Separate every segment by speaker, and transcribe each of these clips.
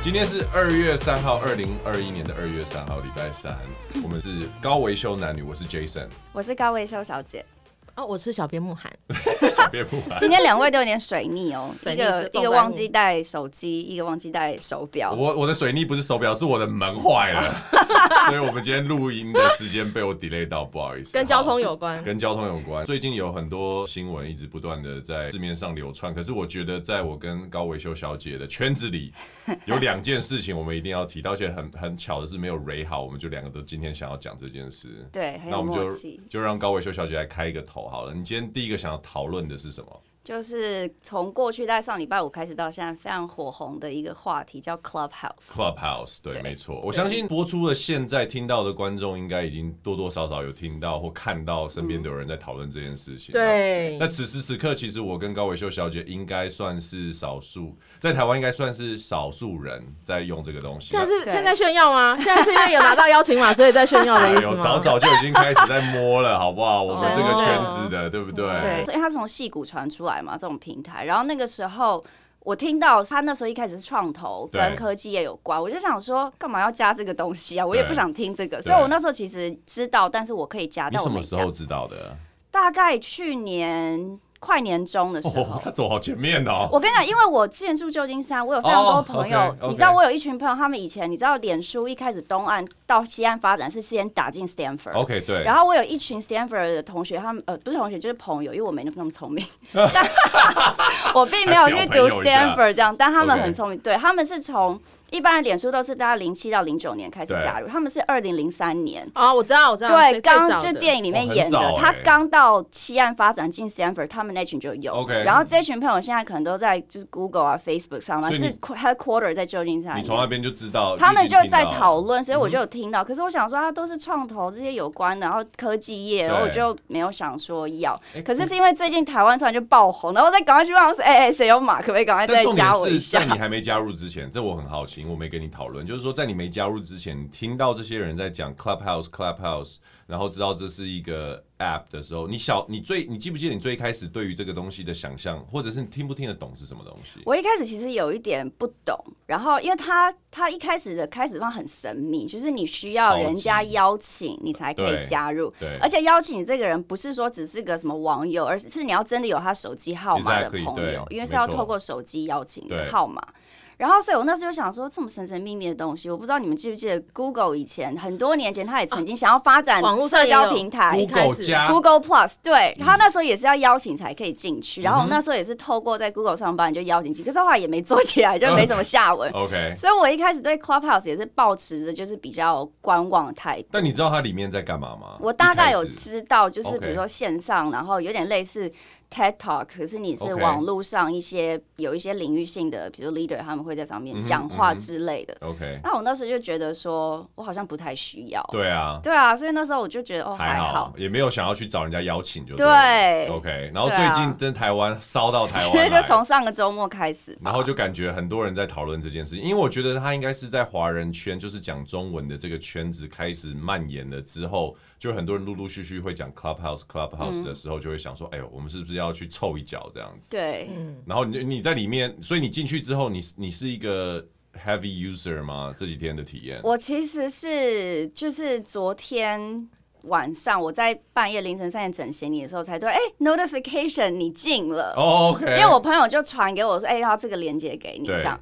Speaker 1: 今天是二月三号，二零二一年的二月三号，礼拜 三，我们是高维修男女，我是 Jason，
Speaker 2: 我是高维修小姐。
Speaker 3: 哦，我是小 编慕寒，
Speaker 1: 小编不来。
Speaker 2: 今天两位都有点水逆哦，
Speaker 3: 水
Speaker 2: 一
Speaker 3: 逆
Speaker 2: 个
Speaker 3: 是
Speaker 2: 一
Speaker 3: 重
Speaker 2: 个
Speaker 3: 灾
Speaker 2: 忘
Speaker 3: 户
Speaker 2: 记带手机，一个忘记带手表。
Speaker 1: 我我的水逆不是手表，是我的门坏了， 所以我们今天录音的时间被我 delay 到，不好意思。啊
Speaker 3: 跟交通有关。
Speaker 1: 跟交通有关。最近有很多新闻一直不断的在市面上流窜，可是我觉得在我跟高维修小姐的圈子 里，有两件事情我们一定要提到，而且很很巧的是没有蕊好，我们就两个都今天想要讲这件事。
Speaker 2: 对，很
Speaker 1: 那
Speaker 2: 有
Speaker 1: 我们
Speaker 2: 默
Speaker 1: 就
Speaker 2: 契。
Speaker 1: 就让高维修小姐来开一个头好了。你今天第一个想要讨论的是什么？
Speaker 2: 就是从过去在上礼拜五开始到现在，非常火红的一个话题叫 Clubhouse。
Speaker 1: Clubhouse，对，
Speaker 2: 对
Speaker 1: 没错，我相信播出了现在听到的观众应该已经多多少少有听到或看到身边都有人在讨论这件事情。
Speaker 2: 嗯
Speaker 3: 对
Speaker 1: 那，此时此刻，其实我跟高维秀小姐应该算是少数，在台湾应该算是少数人在用这个东西。
Speaker 3: 现在是
Speaker 2: 对
Speaker 3: 现在炫耀吗？现在是因为有拿到邀请码，所以在炫耀
Speaker 1: 哎
Speaker 3: 的意思
Speaker 1: 呦，
Speaker 3: 吗？
Speaker 1: 早早就已经开始在摸了，好不 好？我们这个圈子的，对不对？
Speaker 2: 哦对，所以它从戏骨传出来嘛，这种平台。然后那个时候。我听到他那时候一开始是创投
Speaker 1: 对
Speaker 2: 跟科技也有关，我就想说干嘛要加这个东西啊？我也
Speaker 1: 对
Speaker 2: 不想听这个，所以
Speaker 1: 对
Speaker 2: 我那时候其实知道，但是我可以
Speaker 1: 你
Speaker 2: 加，啊但我
Speaker 1: 什
Speaker 2: 没
Speaker 1: 么时
Speaker 2: 加
Speaker 1: 候。知道的？
Speaker 2: 大概去年快年中的时候，
Speaker 1: 哦，他走好前面哦。
Speaker 2: 我跟你讲，因为我之前住旧金山，我有非常多
Speaker 1: 哦
Speaker 2: 朋友
Speaker 1: OK，OK
Speaker 2: 你知道我有一群朋友，他们以前你知道，脸书一开始东岸到西岸发展是先打进 Stanford。
Speaker 1: OK，对
Speaker 2: 然，后我有一群 Stanford 的同学，他们呃不是同学就是朋友，因为我没那么 聪明，但我并没有去
Speaker 1: 表
Speaker 2: 读
Speaker 1: 朋友一下
Speaker 2: Stanford 这样，但他们
Speaker 1: OK
Speaker 2: 很聪明，对他们是从一般的脸书都是大概零七到零九年开始
Speaker 1: 对
Speaker 2: 加入，他们是二零零三年，
Speaker 3: 哦，我知道，我知道，
Speaker 2: 对，
Speaker 3: 最
Speaker 2: 刚
Speaker 3: 最早
Speaker 2: 就
Speaker 3: 的
Speaker 2: 电影里面
Speaker 1: 哦很
Speaker 2: 演的，
Speaker 1: 早
Speaker 2: 他
Speaker 1: 欸
Speaker 2: 刚到西岸发展进 Stanford，他们那群就有。
Speaker 1: OK
Speaker 2: 然后这群朋友现在可能都在就是 Google 啊、Facebook 上班，
Speaker 1: 所以
Speaker 2: 是
Speaker 1: 你
Speaker 2: headquarter 在旧金山
Speaker 1: 你
Speaker 2: 里
Speaker 1: 从那
Speaker 2: 面。
Speaker 1: 边就知道，
Speaker 2: 他们
Speaker 1: 你已
Speaker 2: 就
Speaker 1: 经听
Speaker 2: 在
Speaker 1: 到了嗯
Speaker 2: 讨论，所以我就有听到。可是我想说，他都是创投这些有关的，然后科技业，然后我
Speaker 1: 对
Speaker 2: 就没有想说要。
Speaker 1: 哎
Speaker 2: 可是是因为最近台湾突然就爆红，然后我再赶快去问我说：“哎、哎，谁有码？可不可以赶快
Speaker 1: 但
Speaker 2: 再
Speaker 1: 重点
Speaker 2: 加我一
Speaker 1: 是
Speaker 2: 下
Speaker 1: 在你还没加入之前，这我很好奇，我没跟你讨论，就是说在你没加入之前，你听到这些人在讲 Clubhouse Clubhouse，然后知道这是一个 App 的时候，你小你最你记不记得你最一开始对于这个东西的想象，或者是你听不听得懂是什么东西？
Speaker 2: 我一开始其实有一点不懂，然后因为他他一开始的开始方很神秘，就是你需要人
Speaker 1: 超
Speaker 2: 家
Speaker 1: 级
Speaker 2: 邀请你才可
Speaker 1: 对
Speaker 2: 以加入，
Speaker 1: 对
Speaker 2: 而且邀请你这个人不是说只是个什么网友，而是你要真的有他手机号码的
Speaker 1: Exactly，
Speaker 2: 朋友，
Speaker 1: 对
Speaker 2: 因为是要
Speaker 1: 没错
Speaker 2: 透过手机邀请
Speaker 1: 对
Speaker 2: 的号码。然后，所以我那时候就想说，这么神神秘秘的东西，我不知道你们记不记得，Google 以前很多年前，他也曾经想要发展
Speaker 3: 网络上
Speaker 2: 社
Speaker 3: 也
Speaker 2: 交
Speaker 3: 有
Speaker 2: 平台，
Speaker 3: 一开
Speaker 1: Google
Speaker 3: 始
Speaker 1: 加
Speaker 2: Google Plus，对
Speaker 1: 嗯
Speaker 2: 他那时候也是要邀请才可以进去，然后我那时候也是透过在 Google 上班就邀请进去，可是后来也没做起来，就没什么下文。
Speaker 1: OK，
Speaker 2: 所以我一开始对 Clubhouse 也是抱持着就是比较观望的态度。
Speaker 1: 但你知道它里面在干嘛吗？
Speaker 2: 我大概有
Speaker 1: 哦一开始
Speaker 2: 知道，就是
Speaker 1: OK
Speaker 2: 比如说线上，然后有点类似 TED Talk，可是你是
Speaker 1: OK
Speaker 2: 网络上一些有一些领域性的，比如 leader 他们会在上
Speaker 1: 嗯
Speaker 2: 面
Speaker 1: 哼
Speaker 2: 讲
Speaker 1: 嗯
Speaker 2: 话
Speaker 1: 哼
Speaker 2: 之类的。
Speaker 1: OK，
Speaker 2: 那我那时候就觉得说，我好像不太需要。
Speaker 1: 对啊。
Speaker 2: 对啊，所以那时候我就觉得哦还好
Speaker 1: 好，，也没有想要去找人家邀请就
Speaker 2: 对
Speaker 1: o k 然后
Speaker 2: 对
Speaker 1: 最
Speaker 2: 啊
Speaker 1: 近在台湾烧到台
Speaker 2: 其
Speaker 1: 湾
Speaker 2: 实
Speaker 1: 来，
Speaker 2: 就从上个周末开始吧，
Speaker 1: 然后就感觉很多人在讨论这件事，因为我觉得他应该是在华人圈，就是讲中文的这个圈子开始蔓延了之后，就很多人陆陆续续会讲 clubhouse clubhouse 的时候，就会想说，哎呦，我们是不是要去凑一脚这样子？
Speaker 2: 嗯对，
Speaker 1: 然后你你在里面，所以你进去之后，你你是一个 heavy user 吗？这几天的体验，
Speaker 2: 我其实是就是昨天晚上我在半夜凌晨三点整醒你的时候才说，哎、n o t i f i c a t i o n 你进了
Speaker 1: 哦 OK，
Speaker 2: 因为我朋友就传给我说，哎、要这个链接给你
Speaker 1: 对
Speaker 2: 这样。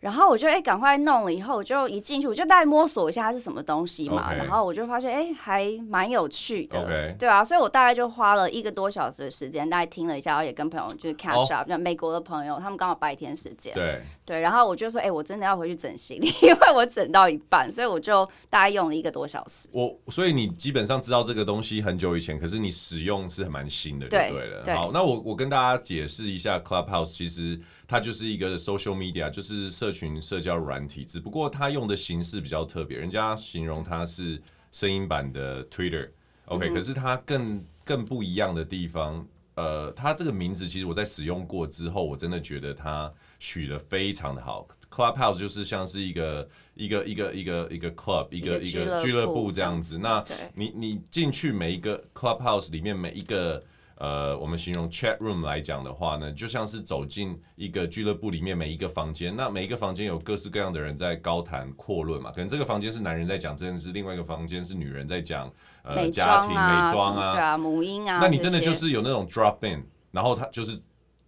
Speaker 2: 然后我就哎，赶、快弄了。以后我就一进去，我就大概摸索一下它是什么东西嘛
Speaker 1: OK
Speaker 2: 然后我就发现哎、还蛮有趣的
Speaker 1: OK
Speaker 2: 对啊，所以我大概就花了一个多小时的时间，大概听了一下，然后也跟朋友就是 catch up，、就美国的朋友，他们刚好白天时间，
Speaker 1: 对，
Speaker 2: 对，然后我就说，哎、我真的要回去整行李， 因为我整到一半，所以我就大概用了一个多小时。
Speaker 1: 我所以你基本上知道这个东西很久以前，可是你使用是很蛮新的，就
Speaker 2: 对
Speaker 1: 对了。
Speaker 2: 对
Speaker 1: 好，那我我跟大家解释一下，Clubhouse 其实它就是一个 social media，就是社群社交软体，只不过它用的形式比较特别，人家形容它是
Speaker 2: 嗯
Speaker 1: 声音版的 Twitter。OK，、可是它更更不一样的地方，呃，它这个名字其实我在使用过之后，我真的觉得它取得非常的好。Clubhouse 就是像是一个一个一个一个一个 club，一个
Speaker 2: 一
Speaker 1: 一
Speaker 2: 个
Speaker 1: 个
Speaker 2: 俱
Speaker 1: 俱乐
Speaker 2: 乐部
Speaker 1: 部这样子。那
Speaker 2: 嗯对
Speaker 1: 你你进去每一个 Clubhouse 里面每一个呃，我们形容 chat room 来讲的话呢，就像是走进一个俱乐部里面每一个房间，那每一个房间有各式各样的人在高谈阔论嘛，可能这个房间是男人在讲这件事，另外一个房间是女人在讲呃
Speaker 2: 美
Speaker 1: 家
Speaker 2: 妆
Speaker 1: 庭
Speaker 2: 啊，
Speaker 1: 美妆
Speaker 2: 什么对啊，母婴啊，
Speaker 1: 那你真的
Speaker 2: 这些
Speaker 1: 就是有那种 drop in，然后他就是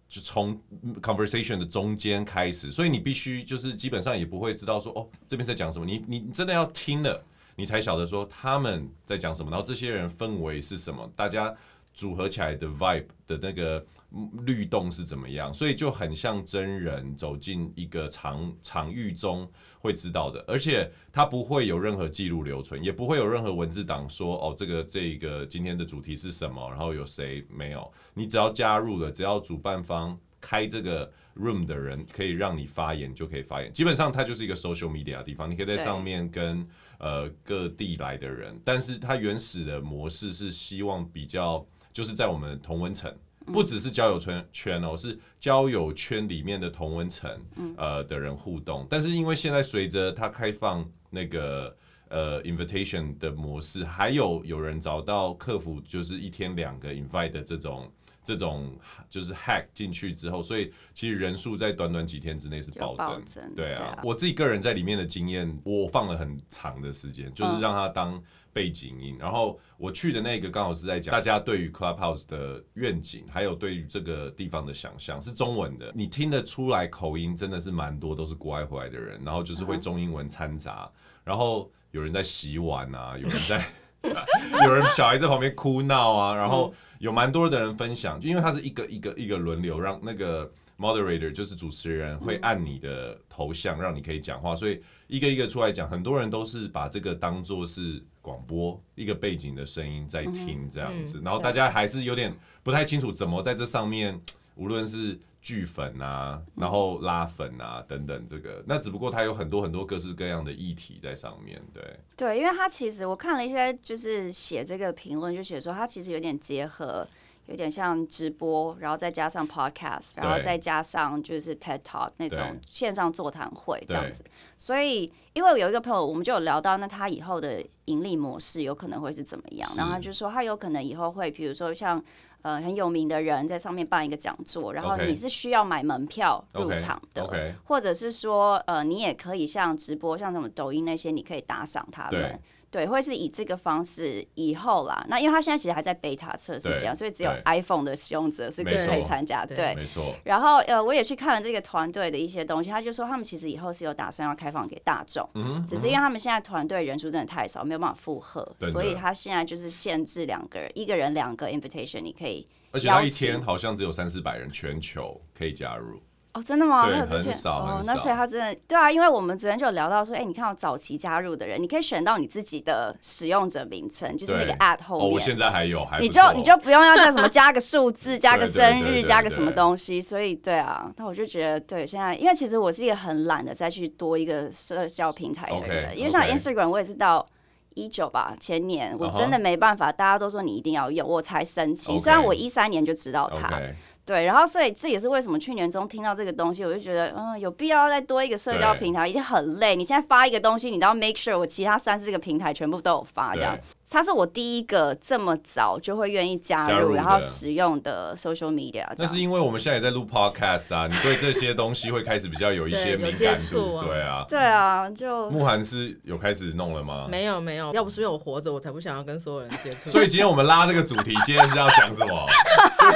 Speaker 1: 就从 conversation 的中间开始，所以你必须就是基本上也不会知道说哦这边在讲什么，你你你真的要听了，你才晓得说他们在讲什么，然后这些人氛围是什么，大家组合起来的 vibe 的那个嗯律动是怎么样，所以就很像真人走进一个场场域中会知道的，而且它不会有任何记录留存，也不会有任何文字档说哦这个这个今天的主题是什么，然后有谁没有，你只要加入了，只要主办方开这个 room 的人可以让你发言就可以发言，基本上它就是一个 social media 的地方，你可以在
Speaker 2: 对
Speaker 1: 上面跟呃各地来的人，但是它原始的模式是希望比较就是在我们同温层。不只是交友圈圈哦，是交友圈里面的同温层，呃的人互动。但是因为现在随着它开放那个呃 invitation 的模式，还有有人找到客服，就是一天两个 invite 的这种这种就是 hack 进去之后，所以其实人数在短短几天之内是
Speaker 2: 就
Speaker 1: 暴
Speaker 2: 暴
Speaker 1: 增。
Speaker 2: 增
Speaker 1: 对
Speaker 2: 对
Speaker 1: 啊，
Speaker 2: 啊
Speaker 1: 我自己个人在里面的经验，我放了很长的时间，就是让它当背景音。然后我去的那个刚好是在讲大家对于 Clubhouse 的愿景，还有对于这个地方的想象，是中文的。你听得出来口音真的是蛮多，都是国外回来的人，然后就是会中英文掺杂，然后有人在洗碗啊，有人在。 有人小孩在旁边哭闹啊，然
Speaker 2: 嗯
Speaker 1: 后有蛮多的人分享，就因为它是一个一个一个轮流，让那个 moderator 就是主持人
Speaker 2: 嗯
Speaker 1: 会按你的头像，让你可以讲话，所以一个一个出来讲，很多人都是把这个当做是广播一个背景的声音在听这样子，
Speaker 3: 嗯
Speaker 1: 然后大家还是有点不太清楚怎么在这上面，无论是聚粉啊，然后拉粉啊等等，这个那只不过它有很多很多各式各样的议题在上面，对，
Speaker 2: 对，因为他其实我看了一些，就是写这个评论，就写说他其实有点结合，有点像直播，然后再加上 podcast，然后
Speaker 1: 对
Speaker 2: 再加上就是 TED Talk 那种
Speaker 1: 对
Speaker 2: 线上座谈会这样
Speaker 1: 对
Speaker 2: 子。所以，因为有一个朋友，我们就有聊到，那他以后的盈利模式有可能会是怎么样？然后他
Speaker 1: 是
Speaker 2: 就说，他有可能以后会，比如说像呃很有名的人在上面办一个讲座，然后
Speaker 1: OK
Speaker 2: 你是需要买门票入
Speaker 1: OK，
Speaker 2: 场的
Speaker 1: OK
Speaker 2: 或者是说呃你也可以像直播，像什么抖音那些，你可以打赏他
Speaker 1: 对
Speaker 2: 们。对，会是以这个方式以后啦。那因为他现在其实还在 beta 测试
Speaker 1: 对
Speaker 2: 阶段，所以只有
Speaker 1: 对
Speaker 2: iPhone 的使用者是可
Speaker 1: 没
Speaker 2: 以
Speaker 1: 错
Speaker 2: 参加。
Speaker 3: 对
Speaker 2: 对，
Speaker 1: 没错，
Speaker 2: 然后呃，我也去看了这个团队的一些东西，他就说他们其实以后是有打算要开放给大众，
Speaker 1: 嗯
Speaker 2: 只是因为他们现在团队人数真的太少，没有办法负荷，
Speaker 1: 真的
Speaker 2: 所以他现在就是限制两个人，一个人两个 invitation，你可以
Speaker 1: 而且它一
Speaker 2: 邀请
Speaker 1: 天好像只有三四百人全球可以加入，
Speaker 2: 哦，真的吗？
Speaker 1: 对
Speaker 2: 还有这些
Speaker 1: 很少
Speaker 2: 哦
Speaker 1: 很，少
Speaker 2: 那所以他真的对啊，因为我们昨天就有聊到说，哎，你看到早期加入的人，你可以选到你自己的使用者名称，就是那个
Speaker 1: 对
Speaker 2: at 后
Speaker 1: 哦，
Speaker 2: 面，
Speaker 1: 我现在还有，还不
Speaker 2: 你就
Speaker 1: 错
Speaker 2: 你就不用要再什 么加个数字、加个生
Speaker 1: 对对
Speaker 2: 日、
Speaker 1: 对
Speaker 2: 加个什么
Speaker 1: 对
Speaker 2: 东西，所以对啊，那我就觉得对，现在因为其实我是一个很懒得再去多一个社交平台的人
Speaker 1: OK，
Speaker 2: 因为像
Speaker 1: OK
Speaker 2: Instagram 我也是到。一九吧，前年我
Speaker 1: 啊哈
Speaker 2: 真的没办法大家都说你一定要用，我才生气。
Speaker 1: OK
Speaker 2: 虽然我一三年就知道它
Speaker 1: OK，
Speaker 2: 对，然后所以这也是为什么去年中听到这个东西，我就觉得，嗯，有必要再多一个社交
Speaker 1: 对
Speaker 2: 平台，已经很累。你现在发一个东西，你都要 make sure 我其他三四个平台全部都有发，这样
Speaker 1: 对。
Speaker 2: 它是我第一个这么早就会愿意加入，
Speaker 1: 加入的
Speaker 2: 然后使用的 social media 这
Speaker 1: 那
Speaker 2: 样。
Speaker 1: 是因为我们现在也在录 podcast 啊，你对这些东西会开始比较有一
Speaker 3: 对
Speaker 1: 些
Speaker 3: 有
Speaker 1: 敏
Speaker 3: 接
Speaker 1: 感
Speaker 3: 触
Speaker 1: 度，
Speaker 3: 啊
Speaker 1: 对啊。
Speaker 2: 对啊，就
Speaker 1: 慕寒是有开始弄了吗？
Speaker 3: 没有没有，要不是因为我活着，我才不想要跟所有人接触。
Speaker 1: 所以今天我们拉这个主题，今天是要讲什么？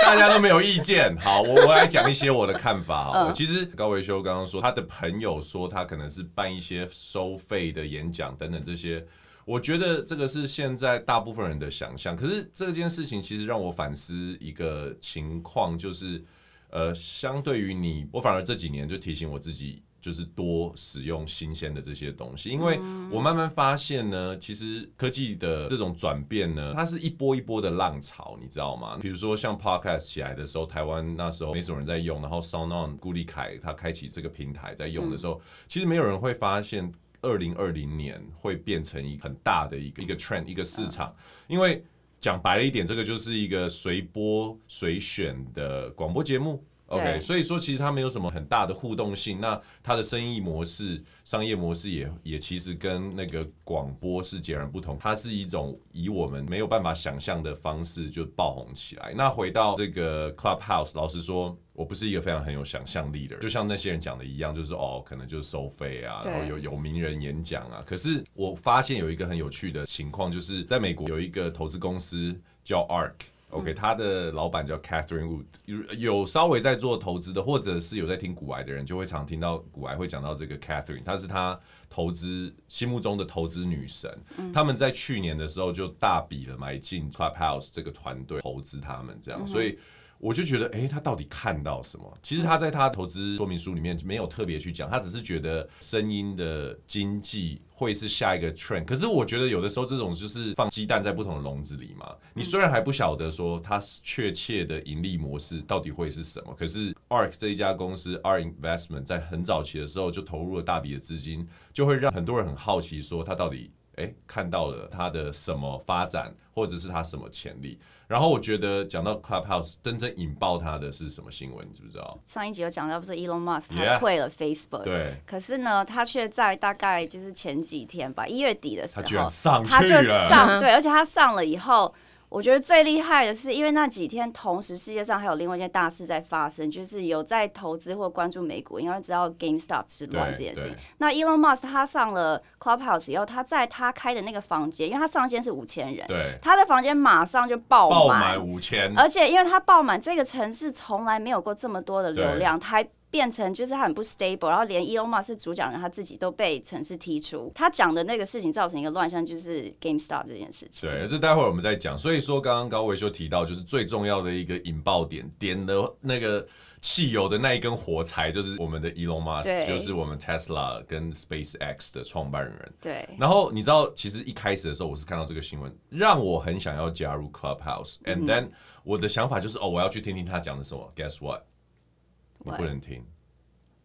Speaker 1: 大家都没有意见。好，我我来讲一些我的看法好了。
Speaker 2: 嗯
Speaker 1: 其实高维修刚刚说，他的朋友说他可能是办一些收费的演讲等等这些，我觉得这个是现在大部分人的想象。可是这件事情其实让我反思一个情况，就是呃，相对于你，我反而这几年就提醒我自己，就是多使用新鲜的这些东西，因为我慢慢发现呢，其实科技的这种转变呢，它是一波一波的浪潮，你知道吗？比如说像 Podcast 起来的时候，台湾那时候没什么人在用，然后 SoundOn 顾立凯他开启这个平台在用的时候，其实没有人会发现。二零二零年会变成一个很大的一个一个 trend 一个市场，因为讲白了一点，这个就是一个随播随选的广播节目。OK，
Speaker 2: 对
Speaker 1: 所以说其实它没有什么很大的互动性，那它的生意模式、商业模式也也其实跟那个广播是截然不同，它是一种以我们没有办法想象的方式就爆红起来。那回到这个 Clubhouse，老实说，我不是一个非常很有想象力的人，就像那些人讲的一样，就是哦，可能就是收费啊，
Speaker 2: 对
Speaker 1: 然后有有名人演讲啊。可是我发现有一个很有趣的情况，就是在美国有一个投资公司叫 ARK。OK，他的老板叫 Catherine Wood，有有稍微在做投资的，或者是有在听古癌的人，就会常听到古癌会讲到这个 Catherine，她是他投资心目中的投资女神。他们在去年的时候就大笔的买进 Clubhouse 这个团队投资他们，这样，所以我就觉得，诶，他到底看到什么？其实他在他投资说明书里面没有特别去讲，他只是觉得声音的经济会是下一个 trend。可是我觉得有的时候这种就是放鸡蛋在不同的笼子里嘛。你虽然还不晓得说它确切的盈利模式到底会是什么，可是 ARK 这一家公司 ARK Investment 在很早期的时候就投入了大笔的资金，就会让很多人很好奇说它到底。诶看到了它的什么发展，或者是它什么潜力？然后我觉得讲到 Clubhouse，真正引爆它的是什么新闻？你知不知道？
Speaker 2: 上一集有讲到，不是 Elon Musk 他
Speaker 1: Yeah
Speaker 2: 退了 Facebook，、
Speaker 1: 对，
Speaker 2: 可是呢，他却在大概就是前几天吧，一月底的时
Speaker 1: 他
Speaker 2: 候，
Speaker 1: 居然上
Speaker 2: 他
Speaker 1: 去
Speaker 2: 就
Speaker 1: 了。
Speaker 2: 上， 对，而且他上了以后，我觉得最厉害的是，因为那几天同时世界上还有另外一件大事在发生，就是有在投资或关注美股，因为知道 GameStop 之乱这
Speaker 1: 对
Speaker 2: 件事情
Speaker 1: 对。，
Speaker 2: 那 Elon Musk 他上了 Clubhouse 以后，他在他开的那个房间，因为他上限是五千人，
Speaker 1: 对，
Speaker 2: 他的房间马上就爆
Speaker 1: 爆
Speaker 2: 满，
Speaker 1: 满五千，
Speaker 2: 而且因为它爆满，这个城市从来没有过这么多的流量，它还变成就是它很不 stable，然后连 Elon Musk 是主讲人他自己都被城市踢出。他讲的那个事情造成一个乱象，就是 GameStop 这件事情。
Speaker 1: 对，这待会儿我们再讲。所以说，刚刚高维修提到，就是最重要的一个引爆点，点的那个汽油的那一根火柴，就是我们的 Elon
Speaker 2: 对
Speaker 1: Musk，就是我们 Tesla 跟 SpaceX 的创办人。
Speaker 2: 对
Speaker 1: 然后你知道，其实一开始的时候，我是看到这个新闻，让我很想要加入
Speaker 2: 嗯
Speaker 1: Clubhouse，and then、我的想法就是，哦，我要去听听他讲的什么。Guess what？你
Speaker 2: What？
Speaker 1: 不能听，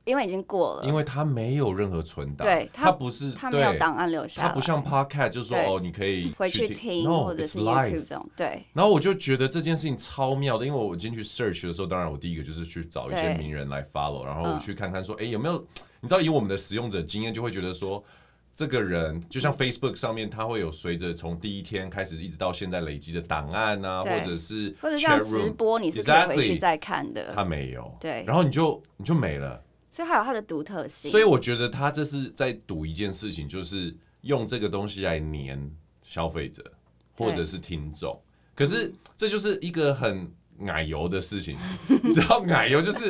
Speaker 2: 因为已经过了，
Speaker 1: 因为他没有任何存档，
Speaker 2: 对
Speaker 1: 他
Speaker 2: 他
Speaker 1: 不是，
Speaker 2: 他没有
Speaker 1: 对
Speaker 2: 档案留下来，
Speaker 1: 它不像 Podcast，就是说
Speaker 2: 对
Speaker 1: 哦，你可以
Speaker 2: 回去
Speaker 1: 听
Speaker 2: 听
Speaker 1: No，
Speaker 2: 或者是
Speaker 1: it's live
Speaker 2: YouTube 这种。对
Speaker 1: 然后我就觉得这件事情超妙的，因为我进去 search 的时候，当然我第一个就是去找一些
Speaker 2: 对
Speaker 1: 名人来 follow，然后我
Speaker 2: 嗯
Speaker 1: 去看看说，哎、有没有？你知道以我们的使用者经验，就会觉得说，这个人就
Speaker 2: 嗯
Speaker 1: 像 Facebook 上面，他会有随着从第一天开始一直到现在累积的档案啊，
Speaker 2: 对
Speaker 1: 或者是
Speaker 2: 或者像
Speaker 1: chat
Speaker 2: 直
Speaker 1: room，
Speaker 2: 播，你是可以回去
Speaker 1: Exactly
Speaker 2: 再看的
Speaker 1: 他没有，
Speaker 2: 对
Speaker 1: 然后你就你就没了。
Speaker 2: 所以还有它的独特性。
Speaker 1: 所以我觉得他这是在赌一件事情，就是用这个东西来黏消费者
Speaker 2: 对
Speaker 1: 或者是听众。可是这就是一个很奶油的事情， 你知道奶油就是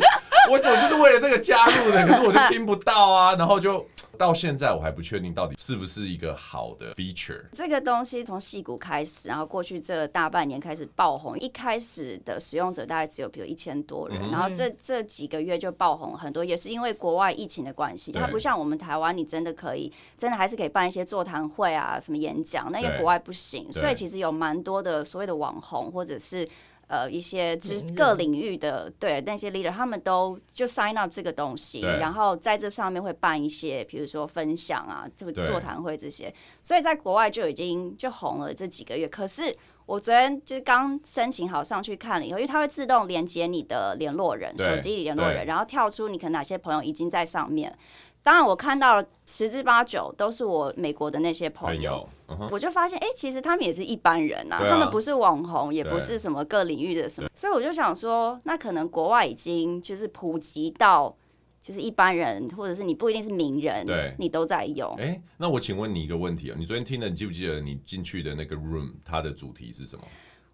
Speaker 1: 我我就是为了这个加入的，可是我就听不到啊，然后就到现在我还不确定到底是不是一个好的 feature。
Speaker 2: 这个东西从戏骨开始，然后过去这大半年开始爆红。一开始的使用者大概只有比如一千多人，
Speaker 1: 嗯
Speaker 2: 然后这这几个月就爆红了很多，也是因为国外疫情的关系。
Speaker 1: 对
Speaker 2: 它不像我们台湾，你真的可以，真的还是可以办一些座谈会啊、什么演讲，那因为
Speaker 1: 对
Speaker 2: 国外不行，所以其实有蛮多的所谓的网红或者是。呃，一些知各领域的对那些 leader，他们都就 sign up 这个东西，
Speaker 1: 对
Speaker 2: 然后在这上面会办一些，比如说分享啊，就
Speaker 1: 对
Speaker 2: 座谈会这些。所以在国外就已经就红了这几个月。可是我昨天就是刚申请好上去看了以后，因为它会自动连接你的联络人，
Speaker 1: 对
Speaker 2: 手机里联络人，
Speaker 1: 对
Speaker 2: 然后跳出你可能哪些朋友已经在上面。当然，我看到了十之八九都是我美国的那些朋
Speaker 1: 朋
Speaker 2: 友，
Speaker 1: 友，嗯哼，
Speaker 2: 我就发现，哎、其实他们也是一般人啊，
Speaker 1: 对啊
Speaker 2: 他们不是网红，也
Speaker 1: 对
Speaker 2: 不是什么各领域的什么，所以我就想说，那可能国外已经就是普及到，就是一般人，或者是你不一定是名人
Speaker 1: 对，
Speaker 2: 你都在用。
Speaker 1: 哎、那我请问你一个问题啊，你昨天听了，你记不记得你进去的那个 room 它的主题是什么？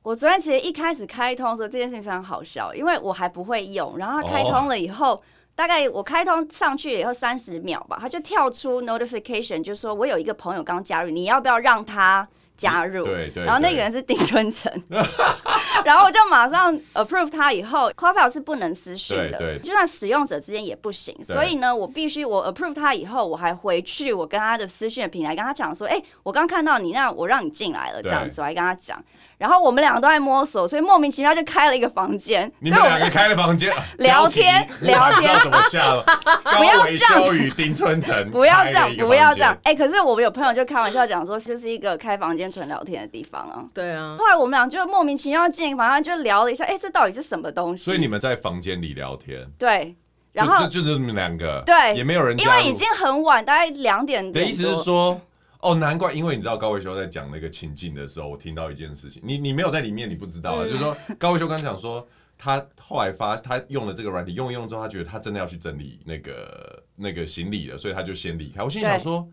Speaker 2: 我昨天其实一开始开通的时候，这件事情非常好笑，因为我还不会用，然后它开通了以后。大概我开通上去以后三十秒吧，它就跳出 notification，就说我有一个朋友刚加入，你要不要让他加入？
Speaker 1: 对对
Speaker 2: 然后那
Speaker 1: 对
Speaker 2: 个人是丁春成， 然后我就马上 approve 他以后，Clubhouse 是不能私讯的，
Speaker 1: 对对
Speaker 2: 就算使用者之间也不行。所以呢，我必须我 approve 他以后，我还回去我跟他的私讯的平台跟他讲说，哎、我刚看到你，那我让你进来了这样子，我还跟他讲。然后我们两个都在摸索，所以莫名其妙就开了一个房间。
Speaker 1: 你
Speaker 2: 所
Speaker 1: 们
Speaker 2: 以我
Speaker 1: 两个开了房间
Speaker 2: 聊天
Speaker 1: 标题我还不知道怎么下 了？
Speaker 2: 要
Speaker 1: 高维
Speaker 2: 这样
Speaker 1: 修与丁春成，
Speaker 2: 不要
Speaker 1: 开
Speaker 2: 这
Speaker 1: 了
Speaker 2: 样，
Speaker 1: 一个
Speaker 2: 不要
Speaker 1: 房
Speaker 2: 这
Speaker 1: 间
Speaker 2: 样。。哎、可是我们有朋友就开玩笑讲说，就是一个开房间纯聊天的地方啊。
Speaker 3: 对啊，
Speaker 2: 后来我们俩就莫名其妙进房间就聊了一下，哎、这到底是什么东西？
Speaker 1: 所以你们在房间里聊天，
Speaker 2: 对，
Speaker 1: 就
Speaker 2: 然后
Speaker 1: 这就是你们两个，
Speaker 2: 对
Speaker 1: 也没有人
Speaker 2: 因
Speaker 1: 加入。
Speaker 2: 为已经很晚，大概两点
Speaker 1: 你
Speaker 2: 多。
Speaker 1: 的意思是说，哦，难怪，因为你知道高维修在讲那个情境的时候，我听到一件事情，你你没有在里面，你不知道啊，
Speaker 3: 嗯
Speaker 1: 就是说高维修刚讲说，他后来发他用了这个软体，用一用之后，他觉得他真的要去整理那个那个行李了，所以他就先离开。我心里想说。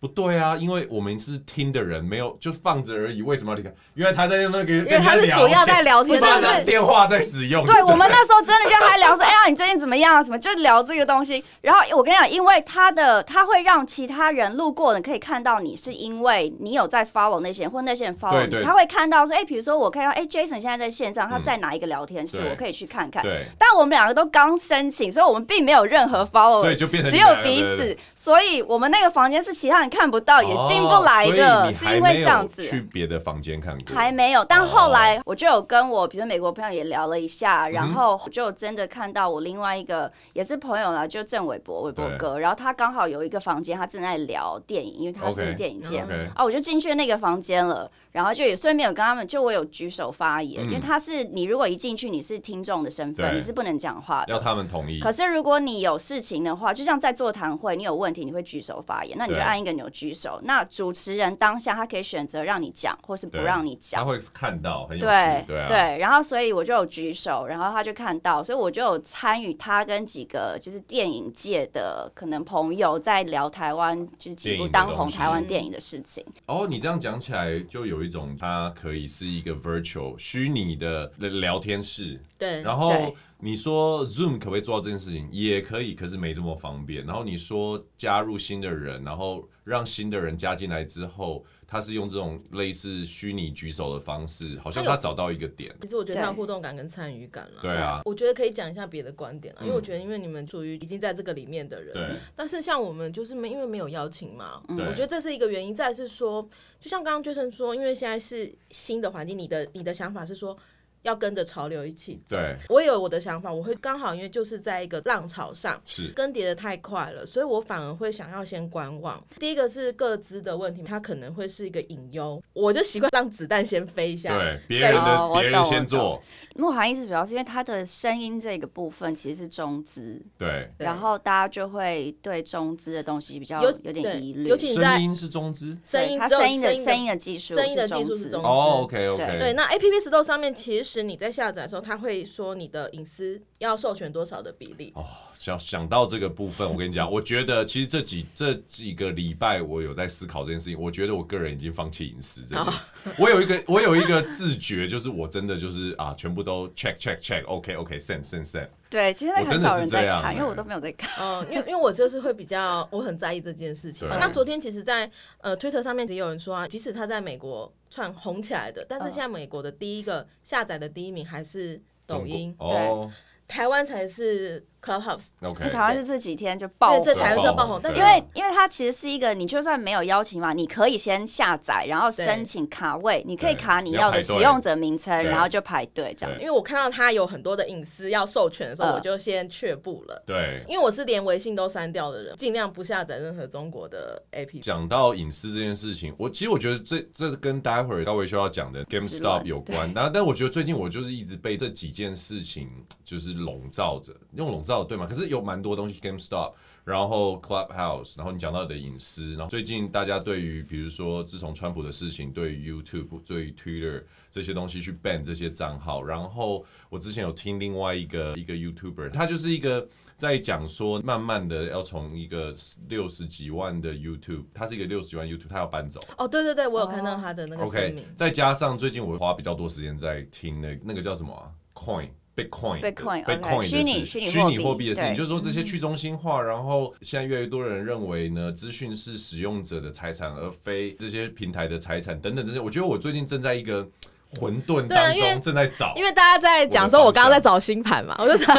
Speaker 1: 不对啊，因为我们是听的人，没有就放着而已，为什么要离开？因为他在用那个，因
Speaker 3: 因为他是主要在聊
Speaker 2: 不
Speaker 3: 天
Speaker 2: 是
Speaker 3: 的
Speaker 1: 把
Speaker 2: 不是
Speaker 1: 他啊电话在使用。
Speaker 2: 对我们那时候真的就还聊说，哎呀，你最近怎么样啊？什么就聊这个东西。然后我跟你讲，因为他的他会让其他人路过的可以看到你，是因为你有在 follow 那些人，或那些人 follow
Speaker 1: 对
Speaker 2: 你，
Speaker 1: 对
Speaker 2: 他会看到说，哎，比如说我看到，哎，Jason 现在在线上，他
Speaker 1: 嗯
Speaker 2: 在哪一个聊天室，
Speaker 1: 对
Speaker 2: 我可以去看看。
Speaker 1: 对，
Speaker 2: 但我们两个都刚申请，所以我们并没有任何 follow，
Speaker 1: 所以就变成
Speaker 2: 哦只
Speaker 1: 你
Speaker 2: 有
Speaker 1: 们两个
Speaker 2: 彼
Speaker 1: 对对对
Speaker 2: 此，所以我们那个房间是其他人看不到，也进不来
Speaker 1: 哦
Speaker 2: 的，
Speaker 1: 所以你还
Speaker 2: 是因为
Speaker 1: 没
Speaker 2: 这
Speaker 1: 有
Speaker 2: 样子。
Speaker 1: 去别的房间看过，
Speaker 2: 还没有，但后来我就有跟我，比如说美国朋友也聊了一
Speaker 1: 嗯
Speaker 2: 下，然后就真的看到我另外一个也是朋友啦，就郑伟博，伟博哥，然后他刚好有一个房间，他正在聊电影，因为他
Speaker 1: OK，
Speaker 2: 是电影界
Speaker 1: OK
Speaker 2: 啊，我就进去那个房间了，然后就也顺便有跟他们，就我有举手发言，
Speaker 1: 嗯
Speaker 2: 因为他是你如果一进去你是听众的身份，
Speaker 1: 对
Speaker 2: 你是不能讲话的。
Speaker 1: 要他们同意。
Speaker 2: 可是如果你有事情的话，就像在座谈会，你有问题你会举手发言，那你就
Speaker 1: 对
Speaker 2: 按一个钮举手。那主持人当下他可以选择让你讲，或是不
Speaker 1: 对
Speaker 2: 让你讲
Speaker 1: 他。会看到，很有
Speaker 2: 对
Speaker 1: 趣，对啊，
Speaker 2: 然后所以我就有举手，然后他就看到，所以我就有参与他跟几个就是电影界的可能朋友在聊台湾就是几
Speaker 1: 电
Speaker 2: 部
Speaker 1: 影的
Speaker 2: 当
Speaker 1: 东
Speaker 2: 红
Speaker 1: 西
Speaker 2: 台湾电影的事情。
Speaker 1: 哦，你这样讲起来，就有一种它可以是一个 virtual 虚拟的聊天室。
Speaker 3: 对，
Speaker 1: 然后
Speaker 2: 嗯对
Speaker 1: 你说 Zoom 可不可以做到这件事情？也可以，可是没这么方便。然后你说加入新的人，然后让新的人加进来之后，他是用这种类似虚拟举手的方式，好像
Speaker 3: 他有
Speaker 1: 他找到一个点。
Speaker 3: 其实我觉得它有
Speaker 2: 对
Speaker 3: 互动感跟参与感了。
Speaker 1: 对啊，
Speaker 3: 我觉得可以讲一下别的观点啊，因为我
Speaker 1: 嗯
Speaker 3: 觉得，因为你们属于已经在这个里面的人，
Speaker 1: 对
Speaker 2: 嗯
Speaker 3: 但是像我们就是没因为没有邀请嘛，
Speaker 1: 对
Speaker 3: 我觉得这是一个原因。再来是说，就像刚刚 Jason 说，因为现在是新的环境，你的你的想法是说要跟着潮流一起走。
Speaker 1: 对，
Speaker 3: 我也有我的想法，我会刚好因为就是在一个浪潮上。
Speaker 1: 是
Speaker 3: 更迭的太快了，所以我反而会想要先观望。第一个是各自的问题，它可能会是一个隐忧，我就习惯让子弹先飞一下。
Speaker 1: 对别人
Speaker 2: 哦
Speaker 1: 的
Speaker 2: 我
Speaker 1: 别人
Speaker 2: 懂
Speaker 1: 先
Speaker 2: 我
Speaker 1: 做，
Speaker 2: 慕寒意思主要是因为他的声音这个部分其实是中资，
Speaker 1: 对，
Speaker 3: 对
Speaker 2: 然后大家就会对中资的东西比较
Speaker 3: 尤
Speaker 2: 有点
Speaker 3: 对
Speaker 2: 疑虑。
Speaker 3: 尤其你在
Speaker 1: 声音是中资。
Speaker 2: 对
Speaker 3: 声音
Speaker 2: 他
Speaker 3: 只有
Speaker 2: 声音的
Speaker 3: 的
Speaker 2: 声音的技术，
Speaker 3: 声音的技术是中资
Speaker 1: 哦，OK OK，
Speaker 3: 对，那 A P P 石头上面，其实你在下载的时候，它会说你的隐私要授权多少的比例。
Speaker 1: 哦，想想到这个部分，我跟你讲，我觉得其实这几这几个礼拜我有在思考这件事情。我觉得我个人已经放弃饮食这件事。我有一个我有一个自觉，就是我真的就是啊，全部都 check check check，OK OK，send send send。
Speaker 2: 对，其实那
Speaker 1: 我真
Speaker 2: 很
Speaker 1: 的
Speaker 2: 少
Speaker 1: 是
Speaker 2: 人
Speaker 1: 这
Speaker 2: 在
Speaker 1: 样
Speaker 2: 看，因为
Speaker 1: 欸
Speaker 2: 我都没有在看。
Speaker 3: 嗯，因为因为我就是会比较，我很在意这件事情。
Speaker 1: 对
Speaker 3: 那昨天其实在，呃 Twitter 上面也有人说啊，即使他在美国串红起来的，但是
Speaker 2: 嗯
Speaker 3: 现在美国的第一个下载的第一名还是抖音
Speaker 1: 中，国哦
Speaker 3: 台湾才是 Clubhouse，
Speaker 2: 因为
Speaker 1: ，OK，
Speaker 2: 台湾是这几天就爆
Speaker 3: 对，
Speaker 2: 红，
Speaker 3: 这台湾
Speaker 1: 爆
Speaker 3: 在
Speaker 1: 红
Speaker 3: 爆红，但是
Speaker 2: 因
Speaker 1: 对
Speaker 2: 为因为它其实是一个，你就算没有邀请嘛，你可以先下载，然后申请卡位，你可以卡你要的使用者名称，
Speaker 1: 对
Speaker 2: 然后就排队这样。
Speaker 1: 对
Speaker 3: 因为我看到他有很多的隐私要授权的时候，
Speaker 2: 嗯
Speaker 3: 我就先却步了。
Speaker 1: 对。
Speaker 3: 因为我是连微信都删掉的人，尽量不下载任何中国的 APP。
Speaker 1: 讲到隐私这件事情，我其实我觉得这这跟待会儿高维修要讲的 GameStop
Speaker 2: 乱
Speaker 1: 有关，但但我觉得最近我就是一直被这几件事情就是笼罩着，用笼罩对吗？可是有蛮多东西 GameStop，然后 Clubhouse，然后你讲到你的隐私，然后最近大家对于比如说自从川普的事情，对于 YouTube、对于 Twitter 这些东西去 ban 这些账号，然后我之前有听另外一个一个 YouTuber，他就是一个。在讲说，慢慢的要从一个六十几万的 YouTube，他是一个六十几万 YouTube，他要搬走。
Speaker 3: 哦，对对对，我有看到他的那个声
Speaker 1: OK，
Speaker 3: 明。
Speaker 1: 再加上最近我花比较多时间在听那那个叫什么、啊、Coin。Bitcoin、
Speaker 2: Bitcoin，OK，
Speaker 1: Bitcoin
Speaker 2: 虚
Speaker 1: 的
Speaker 2: 拟
Speaker 1: 事
Speaker 2: 虚拟
Speaker 1: 虚拟
Speaker 2: 货
Speaker 1: 货
Speaker 2: 币
Speaker 1: 币的事情，
Speaker 2: 对
Speaker 1: 就是说这些去中心化，然后现在越来越多人认为呢，资讯是使用者的财产，而非这些平台的财产等等这些。我觉得我最近正在一个混沌
Speaker 3: 对啊
Speaker 1: 当
Speaker 3: 因为
Speaker 1: 中正在找，
Speaker 3: 因为大家在讲说，我刚刚在找星盘嘛，我就找，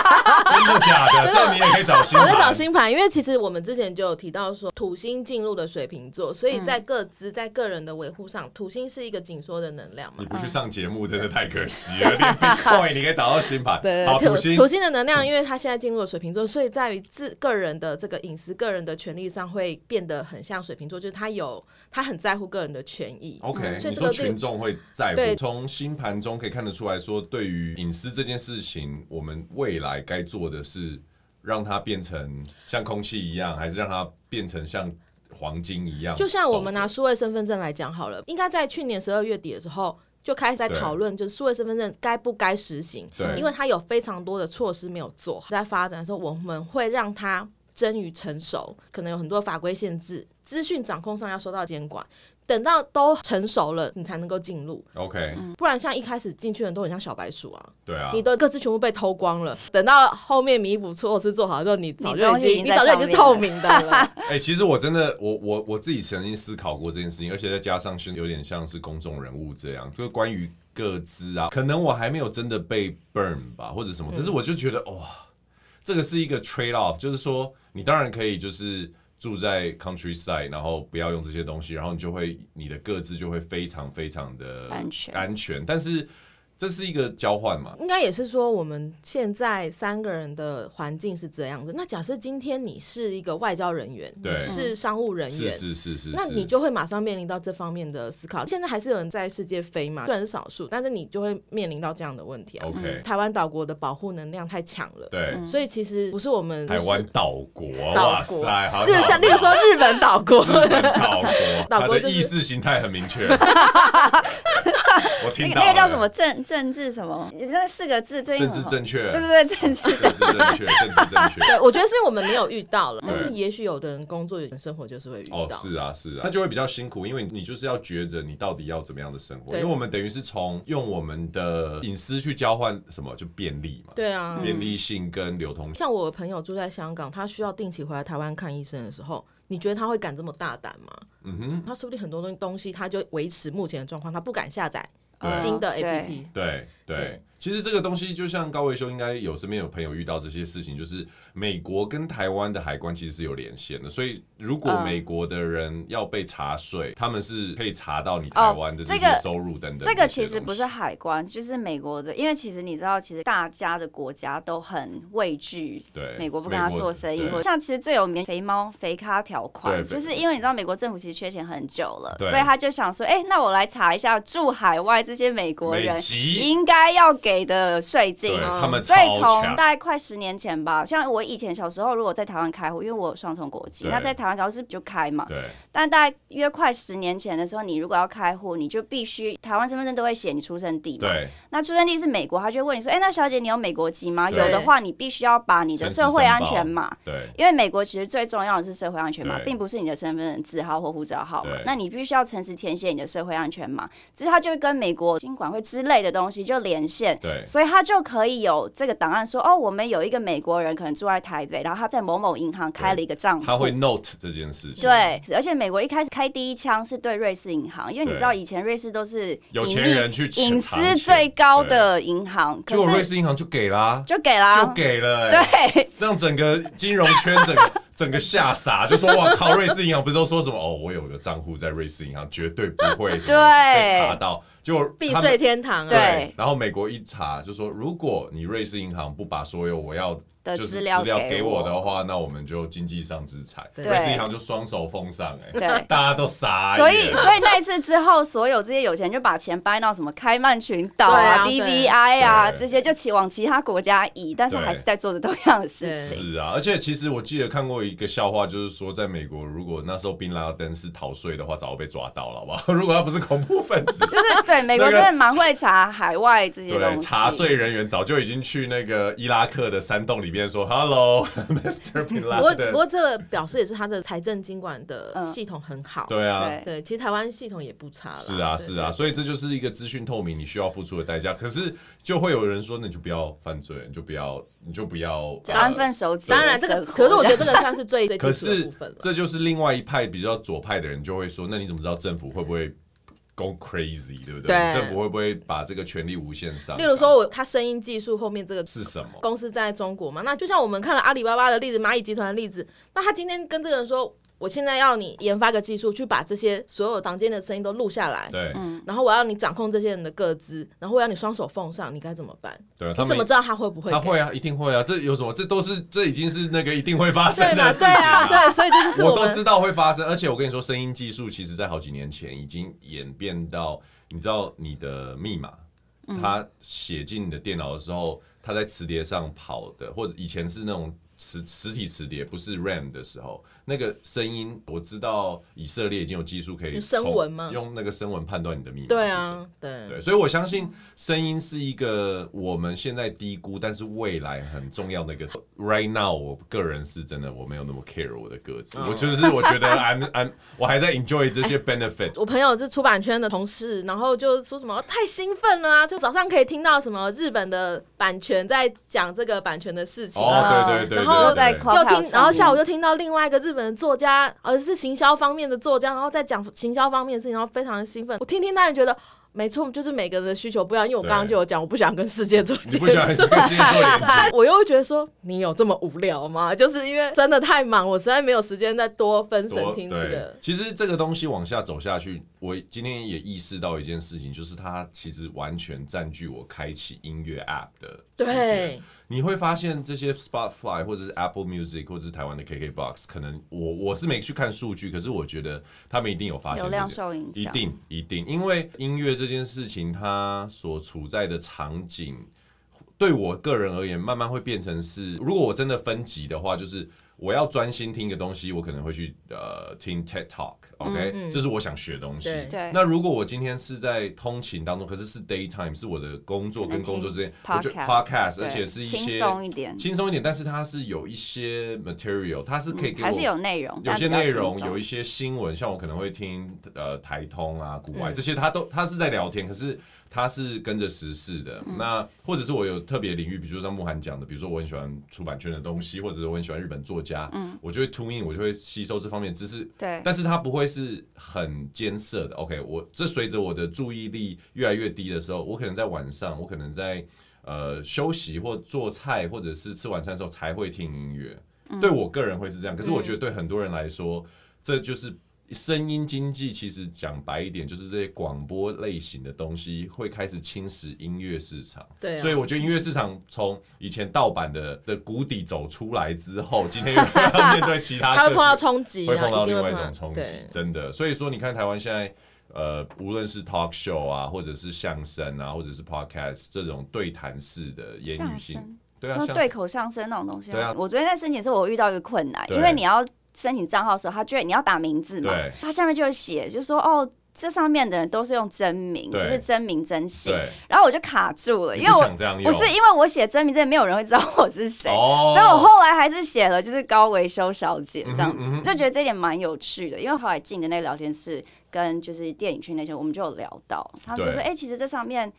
Speaker 1: 真的假的？这样你也可以找新
Speaker 3: 我
Speaker 1: 盘，
Speaker 3: 在找星盘，因为其实我们之前就有提到说，土星进入了水瓶座，所以
Speaker 1: 嗯
Speaker 3: 在各自在个人的维护上，土星是一个紧缩的能量嘛
Speaker 1: 你。不去上节目真的太可惜 了，连 Bitcoin 你可以找到新盘，好土星
Speaker 3: 土星的能量，因为它现在进入了水瓶座，所以在于自个人的这个隐私、个人的权利上，会变得很像水瓶座，就是他有他很在乎个人的权益。
Speaker 1: OK，、
Speaker 3: 嗯所以
Speaker 1: 你
Speaker 3: 这
Speaker 1: 说
Speaker 3: 个
Speaker 1: 群
Speaker 3: 地
Speaker 1: 众会在乎，
Speaker 3: 对
Speaker 1: 从星盘中可以看得出来说，对于隐私这件事情，我们未来该做的是让它变成像空气一样，还是让它变成像黄金一样？
Speaker 3: 就像我们
Speaker 1: 啊
Speaker 3: 拿
Speaker 1: 守着
Speaker 3: 数位身份证来讲好了，应该在去年十二月底的时候就开始在
Speaker 1: 对
Speaker 3: 讨论，就是数位身份证该不该实行，
Speaker 1: 对
Speaker 3: 因为它有非常多的措施没有做，在发展的时候我们会让它臻于成熟，可能有很多法规限制，资讯掌控上要受到监管。等到都成熟了，你才能够进入，
Speaker 1: OK，、
Speaker 3: 不然像一开始进去的人都很像小白鼠啊，
Speaker 1: 对啊
Speaker 3: 你，的各自全部被偷光了。等到后面弥补措施做好之后，你早就
Speaker 2: 东
Speaker 3: 已
Speaker 2: 西已
Speaker 3: 经
Speaker 2: 经
Speaker 3: 你
Speaker 2: 在
Speaker 3: 早就已
Speaker 2: 上
Speaker 3: 经
Speaker 2: 面
Speaker 3: 透
Speaker 2: 了
Speaker 3: 明的了。
Speaker 1: 哎、其实我真的，我我我自己曾经思考过这件事情，而且再加上是有点像是公众人物这样，就是关于各自啊，可能我还没有真的被 burn 吧，或者什么，
Speaker 3: 嗯
Speaker 1: 可是我就觉得哇、这个是一个 trade off，就是说你当然可以就是住在 countryside，然后不要用这些东西，然后你就会你的各自就会非常非常的
Speaker 2: 安全
Speaker 1: 安全，但是这是一个交换嘛，
Speaker 3: 应该也是说，我们现在三个人的环境是这样子。那假设今天你是一个外交人员，
Speaker 1: 对
Speaker 3: 你是商务人
Speaker 1: 是
Speaker 3: 员。
Speaker 1: 是是是，
Speaker 3: 那
Speaker 1: 是
Speaker 3: 你就会马上面临到这方面的思考。现在还是有人在世界飞嘛，虽然是少数，但是你就会面临到这样的问题啊。
Speaker 1: OK，、
Speaker 3: 台湾岛国的保护能量太强了，
Speaker 1: 对。
Speaker 3: 所以其实嗯不是我们
Speaker 1: 台湾岛国，
Speaker 3: 岛
Speaker 1: 哇
Speaker 3: 国
Speaker 1: 塞，好
Speaker 3: 日像，例如说日本岛 国，
Speaker 1: 岛国，
Speaker 3: 岛
Speaker 1: 他
Speaker 3: 国
Speaker 1: 的
Speaker 3: 就是
Speaker 1: 意识形态很明 确。我听
Speaker 2: 那
Speaker 1: 到
Speaker 2: 个那个叫
Speaker 1: 了
Speaker 2: 什么政政治什么？那四个字最近
Speaker 1: 政治
Speaker 2: 很红。
Speaker 1: 正确，
Speaker 2: 对对对，政治。
Speaker 1: 政治正 确，政治正确。
Speaker 3: 对我觉得是我们没有遇到了，
Speaker 1: 对
Speaker 3: 但是也许有的人工作、有的人生活就是会遇
Speaker 1: 哦，
Speaker 3: 到。
Speaker 1: 是啊，是啊，那就会比较辛苦，因为你就是要抉择你到底要怎么样的生活，
Speaker 3: 对
Speaker 1: 因为我们等于是从用我们的隐私去交换什么，就便利嘛，
Speaker 3: 对啊，
Speaker 1: 便利性跟流通性。
Speaker 3: 像我朋友住在香港，他需要定期回来台湾看医生的时候，你觉得他会敢这么大胆吗？
Speaker 1: 嗯哼，
Speaker 3: 他说不定很多东西东西他就维持目前的状况，他不敢下载
Speaker 1: 对啊
Speaker 3: 新的
Speaker 2: 对
Speaker 3: APP。
Speaker 1: 对对
Speaker 3: 对，
Speaker 1: 其实这个东西就像高维修，应该有身边有朋友遇到这些事情，就是美国跟台湾的海关其实是有连线的，所以如果
Speaker 2: 嗯
Speaker 1: 美国的人要被查税，他们是可以查到你台湾的
Speaker 2: 哦
Speaker 1: 这
Speaker 2: 这
Speaker 1: 些
Speaker 2: 个
Speaker 1: 收入等等
Speaker 2: 这个其实
Speaker 1: 这
Speaker 2: 不是
Speaker 1: 些东西。
Speaker 2: 海关，就是美国的，因为其实你知道，其实大家的国家都很畏惧
Speaker 1: 对
Speaker 2: 美国不跟他做生意，
Speaker 1: 美国
Speaker 2: 或像其实最有名肥猫肥咖条款，
Speaker 1: 对
Speaker 2: 就是因为你知道美国政府其实缺钱很久了，
Speaker 1: 对
Speaker 2: 所以他就想说，哎、那我来查一下驻海外这些美国
Speaker 1: 美
Speaker 2: 人
Speaker 1: 籍，
Speaker 2: 应该要给的税金哦
Speaker 1: 对，。
Speaker 3: 嗯
Speaker 1: 他们
Speaker 2: 所以
Speaker 1: 超
Speaker 2: 从
Speaker 1: 强，
Speaker 2: 大概快十年前吧，像我以前小时候，如果在台湾开户，因为我有双重国籍，
Speaker 1: 对
Speaker 2: 那在台湾小时候是就开嘛，
Speaker 1: 对
Speaker 2: 但大概约快十年前的时候，你如果要开户，你就必须台湾身份证都会写你出生地嘛。
Speaker 1: 对，
Speaker 2: 那出生地是美国，他就会问你说：“哎、那小姐你有美国籍吗？”有
Speaker 1: 对
Speaker 2: 的话，你必须要把你的
Speaker 1: 诚实
Speaker 2: 社会
Speaker 1: 申
Speaker 2: 安
Speaker 1: 报
Speaker 2: 全码，
Speaker 1: 对
Speaker 2: 因为美国其实最重要的是社会安全码，
Speaker 1: 对
Speaker 2: 并不是你的身份证字号或护照号码
Speaker 1: 对。
Speaker 2: 那你必须要诚实填写你的社会安全码，之后他就会跟美国金管会之类的东西就连线。
Speaker 1: 对
Speaker 2: 所以他就可以有这个档案说，哦，我们有一个美国人可能住在台北，然后他在某某银行开了一个账户，
Speaker 1: 他会 note 这件事情，
Speaker 2: 嗯对，而且美国一开始开第一枪是对瑞士银行，因为你
Speaker 1: 对
Speaker 2: 知道以前瑞士都是
Speaker 1: 有
Speaker 2: 隐
Speaker 1: 钱
Speaker 2: 秘
Speaker 1: 人去抢
Speaker 2: 隐
Speaker 1: 藏
Speaker 2: 私
Speaker 1: 钱
Speaker 2: 最高的银行，
Speaker 1: 结果
Speaker 2: 可
Speaker 1: 瑞
Speaker 2: 是
Speaker 1: 士银行就给啦，
Speaker 2: 就给啦，
Speaker 1: 就给了，欸
Speaker 2: 对
Speaker 1: 让整个金融圈整个整个吓傻，就说哇靠，瑞士银行不是都说什么哦，我有个账户在瑞士银行，绝对不 会什么被查到，结果
Speaker 3: 避
Speaker 1: 他们
Speaker 3: 税天堂
Speaker 2: 对
Speaker 3: 啊，
Speaker 1: 对，然后美国一查就说，如果你瑞士银行不把所有我要
Speaker 2: 的
Speaker 1: 就是
Speaker 2: 资
Speaker 1: 资
Speaker 2: 料
Speaker 1: 料给
Speaker 2: 给
Speaker 1: 我的话，那我们就经济上制裁，
Speaker 3: 对
Speaker 1: 瑞士银行就双手奉上，哎，
Speaker 2: 对。
Speaker 1: 大家都傻眼，
Speaker 2: 所以，所以那一次之后，所有这些有钱人就把钱掰到什么开曼群岛
Speaker 3: 对啊对
Speaker 2: DVI 啊
Speaker 1: 对
Speaker 2: 这些，就起往其他国家移，但是还是
Speaker 1: 对
Speaker 2: 在做着同样的事
Speaker 3: 对
Speaker 2: 情。
Speaker 1: 是啊，而且其实我记得看过一个笑话，就是说在美国，如果那时候宾拉登是逃税的话，早就被抓到了，好不好？ 如果他不是恐怖分子，
Speaker 2: 就是对美国
Speaker 1: 那个
Speaker 2: 真的蛮会查海外这些
Speaker 1: 对，
Speaker 2: 东西，
Speaker 1: 查税人员早就已经去那个伊拉克的山洞里面说 “Hello，Mr. 宾拉
Speaker 3: 不过不
Speaker 1: 登
Speaker 3: 过这个表示也是他的财政经管
Speaker 2: 嗯
Speaker 3: 的系统很”。好。
Speaker 1: 对啊，
Speaker 2: 对
Speaker 3: 对，其实台湾系统也不差了。
Speaker 1: 是啊，
Speaker 3: 对
Speaker 1: 是啊，。所以这就是一个资讯透明你需要付出的代价。可是就会有人说，那你就不要犯罪，你就不要，你就不要
Speaker 2: 就
Speaker 1: 呃
Speaker 2: 安分守己的
Speaker 3: 当
Speaker 2: 生活。
Speaker 3: 然，这个可是我觉得这个算 是最最
Speaker 1: 可
Speaker 3: 基础的部
Speaker 1: 是
Speaker 3: 分了。
Speaker 1: 这就是另外一派比较左派的人就会说，那你怎么知道政府会不会 go crazy，对不对？
Speaker 3: 对
Speaker 1: 政府会不会把这个权力无限上
Speaker 3: 例
Speaker 1: 纲？
Speaker 3: 如说我，它声音技术后面这个
Speaker 1: 是什么？
Speaker 3: 公司在中国嘛，那就像我们看了阿里巴巴的例子、蚂蚁集团的例子，那他今天跟这个人说，我现在要你研发个技术，去把这些所有房间的声音都录下来，
Speaker 1: 对
Speaker 3: 然后我要你掌控这些人的个资，然后我要你双手奉上，你该怎么办？
Speaker 1: 对啊，他
Speaker 3: 你怎么
Speaker 1: 们
Speaker 3: 知道他会不会给？
Speaker 1: 他会啊，一定会啊，这有什么？这都是这已经是那个一定会发生
Speaker 3: 对嘛？
Speaker 1: 的事情
Speaker 3: 对啊，对，所以这就是
Speaker 1: 我都
Speaker 3: 们
Speaker 1: 知道会发生，而且我跟你说，声音技术其实在好几年前已经演变到，你知道你的密码，
Speaker 3: 嗯
Speaker 1: 它写进你的电脑的时候，它在磁碟上跑的，或者以前是那种磁实体磁碟，不是 RAM 的时候，那个声音，我知道以色列已经有技术可以
Speaker 3: 有声
Speaker 1: 从
Speaker 3: 纹吗
Speaker 1: 用那个声纹判断你的密码。
Speaker 3: 对，啊，对
Speaker 1: 对，所以我相信声音是一个我们现在低估，但是未来很重要的一个。Right now，我个人是真的我没有那么 care 我的歌词
Speaker 3: 哦
Speaker 1: 我就是我觉得 I'm I'm 我还在 enjoy 这些 benefit。
Speaker 3: 我朋友是出版圈的同事，然后就说什么太兴奋了啊，就早上可以听到什么日本的版权在讲这个版权的事情啊，
Speaker 1: 哦，对对对
Speaker 3: 然后
Speaker 1: 对
Speaker 2: 在
Speaker 1: 对对，
Speaker 2: Club-
Speaker 3: 又
Speaker 2: Clubhouse
Speaker 3: 听，然后下
Speaker 2: 上
Speaker 3: 午
Speaker 2: 面
Speaker 3: 又听到另外一个日本的作家，而是行销方面的作家，然后在讲行销方面的事情，然后非常的兴奋。我听听，当然觉得没错，就是每个人的需求不一样。因为我
Speaker 1: 对
Speaker 3: 刚刚就有讲，我不想跟世界做
Speaker 1: 你
Speaker 3: 接
Speaker 1: 不想
Speaker 3: 触
Speaker 1: 跟。这些做连接？
Speaker 3: 但 我又会觉得说，你有这么无聊吗？就是因为真的太忙，我实在没有时间再多分神
Speaker 1: 多
Speaker 3: 听这
Speaker 1: 对，
Speaker 3: 个。
Speaker 1: 其实这个东西往下走下去，我今天也意识到一件事情，就是它其实完全占据我开启音乐 app 的时间。
Speaker 3: 对，
Speaker 1: 你会发现这些 Spotify 或者是 Apple Music 或者是台湾的 KKBox，可能我我是没去看数据，可是我觉得他们一定有发现
Speaker 2: 流
Speaker 1: 这件
Speaker 2: 量受影
Speaker 1: 一
Speaker 2: 响，
Speaker 1: 定一定，因为音乐这件事情，它所处在的场景，对我个人而言，慢慢会变成是，如果我真的分级的话，就是我要专心听一个东西，我可能会去呃听 TED Talk，OK，、这是我想学的东西。
Speaker 3: 对
Speaker 2: 嗯对
Speaker 1: 那如果我今天是在通勤当中，可是是 daytime，是我的工作
Speaker 2: 可能
Speaker 1: 跟工作之间，
Speaker 2: 听
Speaker 1: 我觉得
Speaker 2: podcast，
Speaker 1: podcast，
Speaker 2: 对
Speaker 1: 而且是一
Speaker 2: 轻
Speaker 1: 些
Speaker 2: 松一点，
Speaker 1: 轻松一点，但是它是有一些 material，它是可以给我
Speaker 2: 嗯还是有内容，
Speaker 1: 有
Speaker 2: 但
Speaker 1: 些
Speaker 2: 比较
Speaker 1: 内
Speaker 2: 轻
Speaker 1: 容
Speaker 2: 松
Speaker 1: 有一些新闻，像我可能会听呃台通啊、
Speaker 2: 嗯
Speaker 1: 古外、这些，他都他是在聊天，可是他是跟着时事的。
Speaker 2: 嗯
Speaker 1: 那或者是我有特别领域，比如说像慕寒讲的，比如说我很喜欢出版圈的东西，或者是我很喜欢日本作家，
Speaker 2: 嗯
Speaker 1: 我就会 tune in，我就会吸收这方面的知识。
Speaker 2: 对
Speaker 1: 但是它不会是很艰涩的。OK，我这随着我的注意力越来越低的时候，我可能在晚上，我可能在呃休息或做菜，或者是吃晚餐的时候才会听音乐。
Speaker 3: 嗯
Speaker 1: 对我个人会是这样，可是我觉得对很多人来说，这就是。声音经济其实讲白一点，就是这些广播类型的东西会开始侵蚀音乐市场。
Speaker 3: 对啊
Speaker 1: 所以我觉得音乐市场从以前盗版的的谷底走出来之后，今天又要面对其他
Speaker 3: 他会
Speaker 1: 各
Speaker 3: 碰到
Speaker 1: 式
Speaker 3: 冲击啊，
Speaker 1: 会碰到
Speaker 3: 一定
Speaker 1: 另外
Speaker 3: 会
Speaker 1: 一
Speaker 3: 碰
Speaker 1: 种
Speaker 3: 到
Speaker 1: 冲击
Speaker 3: 对，
Speaker 1: 真的。所以说，你看台湾现在，呃，无论是 talk show 啊，或者是相声啊，或者是 podcast 这种对谈式的言语
Speaker 2: 相
Speaker 1: 性，
Speaker 2: 声，
Speaker 1: 对啊，
Speaker 2: 说
Speaker 1: 像
Speaker 2: 对口相声那种东西吗。
Speaker 1: 对啊
Speaker 2: 我昨天在申请的时候，我遇到一个困难，
Speaker 1: 对
Speaker 2: 因为你要申请账号的时候，他居然你要打名字嘛
Speaker 1: 对，
Speaker 2: 他下面就有写，就说哦。这上面的人都是用真名，就
Speaker 1: 对
Speaker 2: 是真名真姓，
Speaker 1: 对，
Speaker 2: 然后我就卡住了，
Speaker 1: 你
Speaker 2: 因
Speaker 1: 不
Speaker 2: 为我
Speaker 1: 想这样
Speaker 2: 不
Speaker 1: 用，
Speaker 2: 是因为我写真名，真的没有人会知道我是谁，
Speaker 1: 哦，
Speaker 2: 所以我后来还是写了就是高维修小姐这样子，
Speaker 1: 嗯哼嗯哼
Speaker 2: 就觉得这一点蛮有趣的。因为后来进的那个聊天室跟就是电影圈那些，我们就有聊到，他们就
Speaker 1: 对
Speaker 2: 说，哎、其实这上面。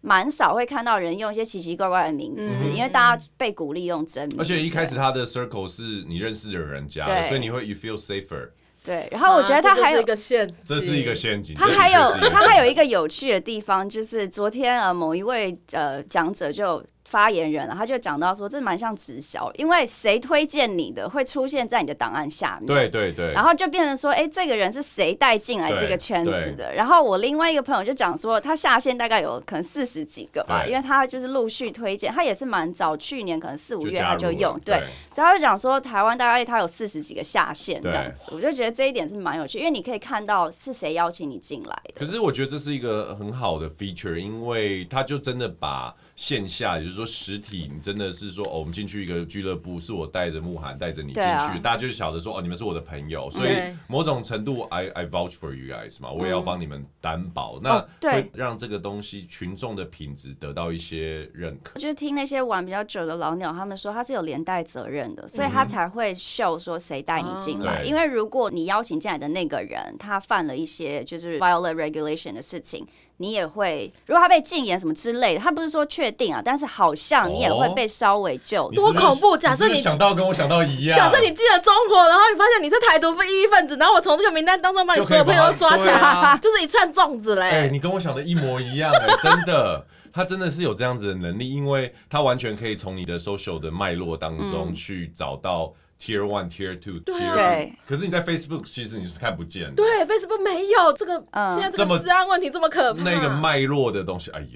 Speaker 2: 蛮少会看到人用一些奇奇怪怪的名字，
Speaker 3: 嗯
Speaker 2: 因为大家被鼓励用真名，
Speaker 1: 而且一开始他的 circle 是你认识的人加的，
Speaker 2: 对
Speaker 1: 所以你会 you feel safer，
Speaker 2: 对。然后我觉得他
Speaker 3: 啊这就
Speaker 2: 还
Speaker 3: 是
Speaker 2: 有
Speaker 3: 一，个陷阱，
Speaker 1: 这是一个陷阱。
Speaker 2: 他
Speaker 1: 这的
Speaker 2: 还
Speaker 1: 确
Speaker 2: 有
Speaker 1: 是一个
Speaker 2: 他还有
Speaker 1: 陷
Speaker 2: 一个有趣的地方，就是昨天呃某一位呃讲者就发言人了，他就讲到说这蛮像直销，因为谁推荐你的会出现在你的档案下面，
Speaker 1: 阱对对对，
Speaker 2: 然后就变成说，哎、这个人是谁带进来这个圈子的？然后我另外一个朋友就讲说，他下线大概有可能四十几个吧，
Speaker 1: 对
Speaker 2: 因为他就是陆续推荐，他也是蛮早，去年可能四五月
Speaker 1: 加
Speaker 2: 他
Speaker 1: 入
Speaker 2: 就
Speaker 1: 了
Speaker 2: 用，对
Speaker 1: 对，，
Speaker 2: 所以他就讲说，台湾大概他有四十几个下线这
Speaker 1: 对
Speaker 2: 样子，我就觉得这一点是蛮有趣，因为你可以看到是谁邀请你进来的，
Speaker 1: 可是我觉得这是一个很好的 feature，因为它就真的把线下，也就是说实体，你真的是说哦，我们进去一个俱乐部，是我带着慕寒带着你进
Speaker 2: 对
Speaker 1: 去，
Speaker 2: 啊
Speaker 1: 大家就晓得说哦，你们是我的朋
Speaker 3: 嗯
Speaker 1: 友，所以
Speaker 3: 对
Speaker 1: 某种程度 I I vouch for you guys 嘛，我也要
Speaker 3: 嗯
Speaker 1: 帮你们担保，
Speaker 2: 哦
Speaker 1: 那
Speaker 2: 对
Speaker 1: 会让这个东西群众的品质得到一些认可。
Speaker 2: 就是听那些玩比较久的老鸟，他们说他是有连带责任的，所以他才会秀说谁带你进来。
Speaker 1: 嗯哦
Speaker 2: 因为如果你邀请进来的那个人他犯了一些就是 violate regulation 的事情，你也会，如果它被禁言什么之类的，它不是说确定啊，但是好像你也会被稍微救。
Speaker 1: 你是不
Speaker 3: 多
Speaker 1: 是
Speaker 3: 恐怖！假设
Speaker 1: 是不
Speaker 3: 你
Speaker 1: 是想到跟我想到一样，
Speaker 3: 假设你进了中国，然后你发现你是台独非一分子，然后我从这个名单当中把你
Speaker 1: 就
Speaker 3: 所
Speaker 1: 可以
Speaker 3: 有朋友都抓起
Speaker 1: 把他对
Speaker 3: 来
Speaker 1: 啊，
Speaker 3: 就是一串粽子嘞。
Speaker 1: 哎、你跟我想的一模一样、哎， 真的，他真的是有这样子的能力，因为他完全可以从你的 social 的脉络当中去找到 tier one、tier two、
Speaker 3: 嗯对啊
Speaker 1: tier
Speaker 2: 对
Speaker 1: three。可是你在 Facebook 其实你是看不见的，，
Speaker 3: 对，Facebook 啊没有这个，
Speaker 2: 嗯
Speaker 3: 现在这
Speaker 1: 这
Speaker 3: 个
Speaker 1: 么
Speaker 3: 治安问题这么可怕。
Speaker 1: 那个脉络的东西，哎 呀，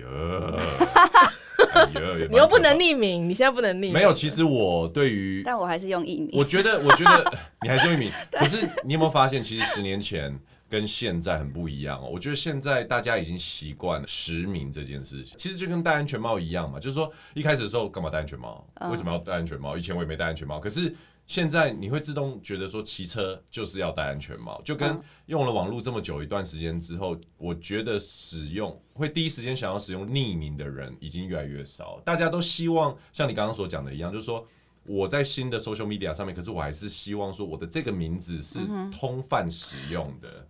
Speaker 1: 哎呀，也蛮
Speaker 3: 你又不能
Speaker 1: 可
Speaker 3: 匿名，你现在不能
Speaker 1: 怕
Speaker 3: 匿名。
Speaker 1: 没有。其实我对于
Speaker 2: 但我还是用艺名
Speaker 1: 我。觉得，我觉得 你还是一名。可是你有没有发现，其实十年前跟现在很不一样哦？我觉得现在大家已经习惯了实名这件事情，其实就跟戴安全帽一样嘛，就是说一开始的时候干嘛戴安全帽？为什么要戴安全帽？以前我也没戴安全帽，可是。现在你会自动觉得说骑车就是要戴安全帽，就跟
Speaker 2: 嗯
Speaker 1: 用了网络这么久一段时间之后，我觉得使用会第一时间想要使用匿名的人已经越来越少，大家都希望像你刚刚所讲的一样，就是说我在新的 social media 上面，可是我还是希望说我的这个名字是
Speaker 2: 嗯
Speaker 1: 通泛使用的。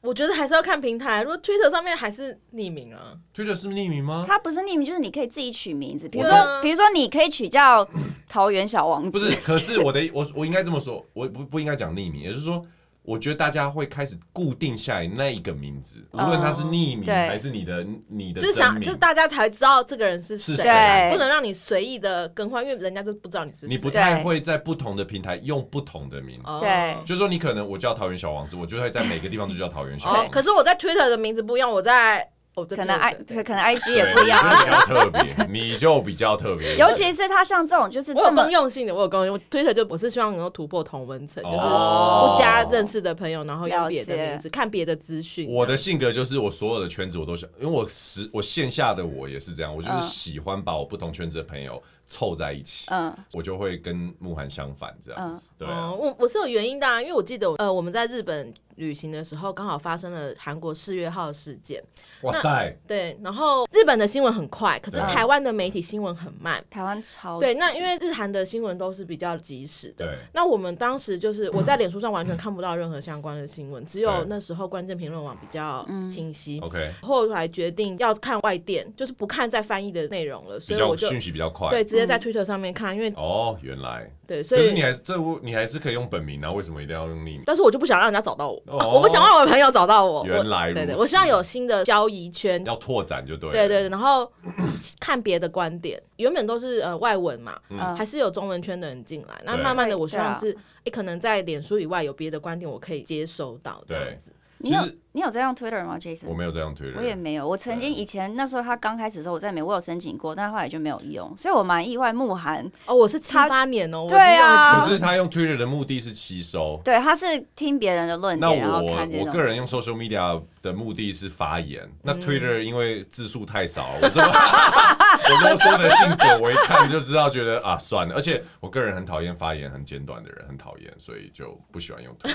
Speaker 3: 我觉得还是要看平台。如果 Twitter 上面还是匿名啊，
Speaker 1: Twitter 是匿名吗？
Speaker 2: 它不是匿名，就是你可以自己取名字，比如
Speaker 3: 对啊
Speaker 2: 说，比如说你可以取叫桃园小王子，
Speaker 1: 不是，可是我的我我应该这么说，我不不应该讲匿名，也就是说，我觉得大家会开始固定下来那一个名字，无论它是匿名
Speaker 2: 哦对
Speaker 1: 还是你的你的
Speaker 3: 就是
Speaker 1: 真
Speaker 3: 想，
Speaker 1: 名
Speaker 3: 就是大家才知道这个人是
Speaker 1: 是
Speaker 2: 谁
Speaker 3: 不能让你随意的更换，因为人家就不知道你是谁。
Speaker 1: 你不
Speaker 2: 对
Speaker 1: 太会在不同的平台用不同的名字。
Speaker 3: 哦
Speaker 2: 对
Speaker 1: 就是说，你可能我叫桃园小王子，我就会在每个地方都叫桃园小王
Speaker 3: 哦
Speaker 1: 子。，
Speaker 3: 可是我在 Twitter 的名字不一样，我在哦我在
Speaker 2: 可能 I
Speaker 3: Twitter 对
Speaker 2: 可能 IG
Speaker 1: 对
Speaker 2: 也不一样
Speaker 1: 你就比较特别，你就比较特别。
Speaker 2: 尤其是它像这种就是
Speaker 3: 我
Speaker 2: 这
Speaker 3: 有
Speaker 2: 么
Speaker 3: 公用性的，我有公用 Twitter 就我是希望能够突破同文层，就是
Speaker 1: 哦
Speaker 3: 不加认识的朋友，然后用别的
Speaker 2: 了解
Speaker 3: 名字看别的资讯。
Speaker 1: 我的性格就是我所有的圈子我都想，因为我实我线下的我也是这样，我
Speaker 3: 嗯
Speaker 1: 就是喜欢把我不同圈子的朋友凑在一起，
Speaker 2: 嗯
Speaker 1: 我就会跟慕寒相反这样子。对啊、
Speaker 3: 哦，我我是有原因的、啊，因为我记得呃我们在日本旅行的时候，刚好发生了韩国世越号事件，
Speaker 1: 哇塞，
Speaker 3: 对，然后日本的新闻很快，可是
Speaker 1: 嗯
Speaker 3: 台湾的媒体新闻很慢。
Speaker 2: 台湾超
Speaker 3: 对，
Speaker 2: 级
Speaker 3: 那因为日韩的新闻都是比较及时的。
Speaker 1: 对，
Speaker 3: 那我们当时就是我在脸书上完全看不到任何相关的新闻，只有
Speaker 1: 对
Speaker 3: 那时候关键评论网比较
Speaker 2: 嗯
Speaker 3: 清晰。
Speaker 1: ，OK，
Speaker 3: 后来决定要看外电，就是不看再翻译的内容了，
Speaker 1: 比
Speaker 3: 所以
Speaker 1: 较
Speaker 3: 我就
Speaker 1: 讯息比较快。
Speaker 3: 对直接
Speaker 2: 嗯
Speaker 3: 在 Twitter 上面看，因为
Speaker 1: 哦，原来，
Speaker 3: 对，所
Speaker 1: 可是你
Speaker 3: 以
Speaker 1: 还是这你还是可以用本名啊，为什么一定要用匿名？
Speaker 3: 但是我就不想让人家找到我，
Speaker 1: 哦
Speaker 3: 我不想让我的朋友找到我。
Speaker 1: 原来
Speaker 3: 我
Speaker 1: 如
Speaker 3: 对
Speaker 1: 此
Speaker 3: 对，我希望有新的交易圈。
Speaker 1: 要拓展就对了。
Speaker 3: 对对，对然后 看别的观点，原本都是呃外文嘛，
Speaker 2: 嗯
Speaker 3: 还是有中文圈的人进来。那
Speaker 1: 对
Speaker 3: 慢慢的，我希
Speaker 2: 对啊
Speaker 3: 望是，诶，可能在脸书以外有别的观点，我可以接收到这样子。
Speaker 2: 你
Speaker 1: 其
Speaker 2: 有
Speaker 1: 实
Speaker 2: 你有在用 Twitter 吗
Speaker 1: 我
Speaker 2: ，Jason？
Speaker 1: 没有这样推的
Speaker 2: 我也
Speaker 1: 人。
Speaker 2: 没有，我曾经
Speaker 1: 对啊
Speaker 2: 以前那时候他刚开始的时候，我在美，我有申请过，但后来就没有用，所以我蛮意外。慕寒，
Speaker 3: 哦，我是七
Speaker 2: 他
Speaker 3: 八年哦，我
Speaker 2: 对啊
Speaker 1: 可
Speaker 3: 是用
Speaker 1: 是他用 Twitter 的目的是吸收，
Speaker 2: 对，他是听别人的论
Speaker 1: 那
Speaker 2: 点，然
Speaker 1: 我
Speaker 2: 后看这
Speaker 1: 我
Speaker 2: 种嗯
Speaker 1: 个人用 social media 的目的是发言，那 Twitter 因为字数太少，我这么我啰嗦的性格，我一看就知道，觉得啊算了。而且我个人很讨厌发言很简短的人，很讨厌，所以就不喜欢用 Twitter。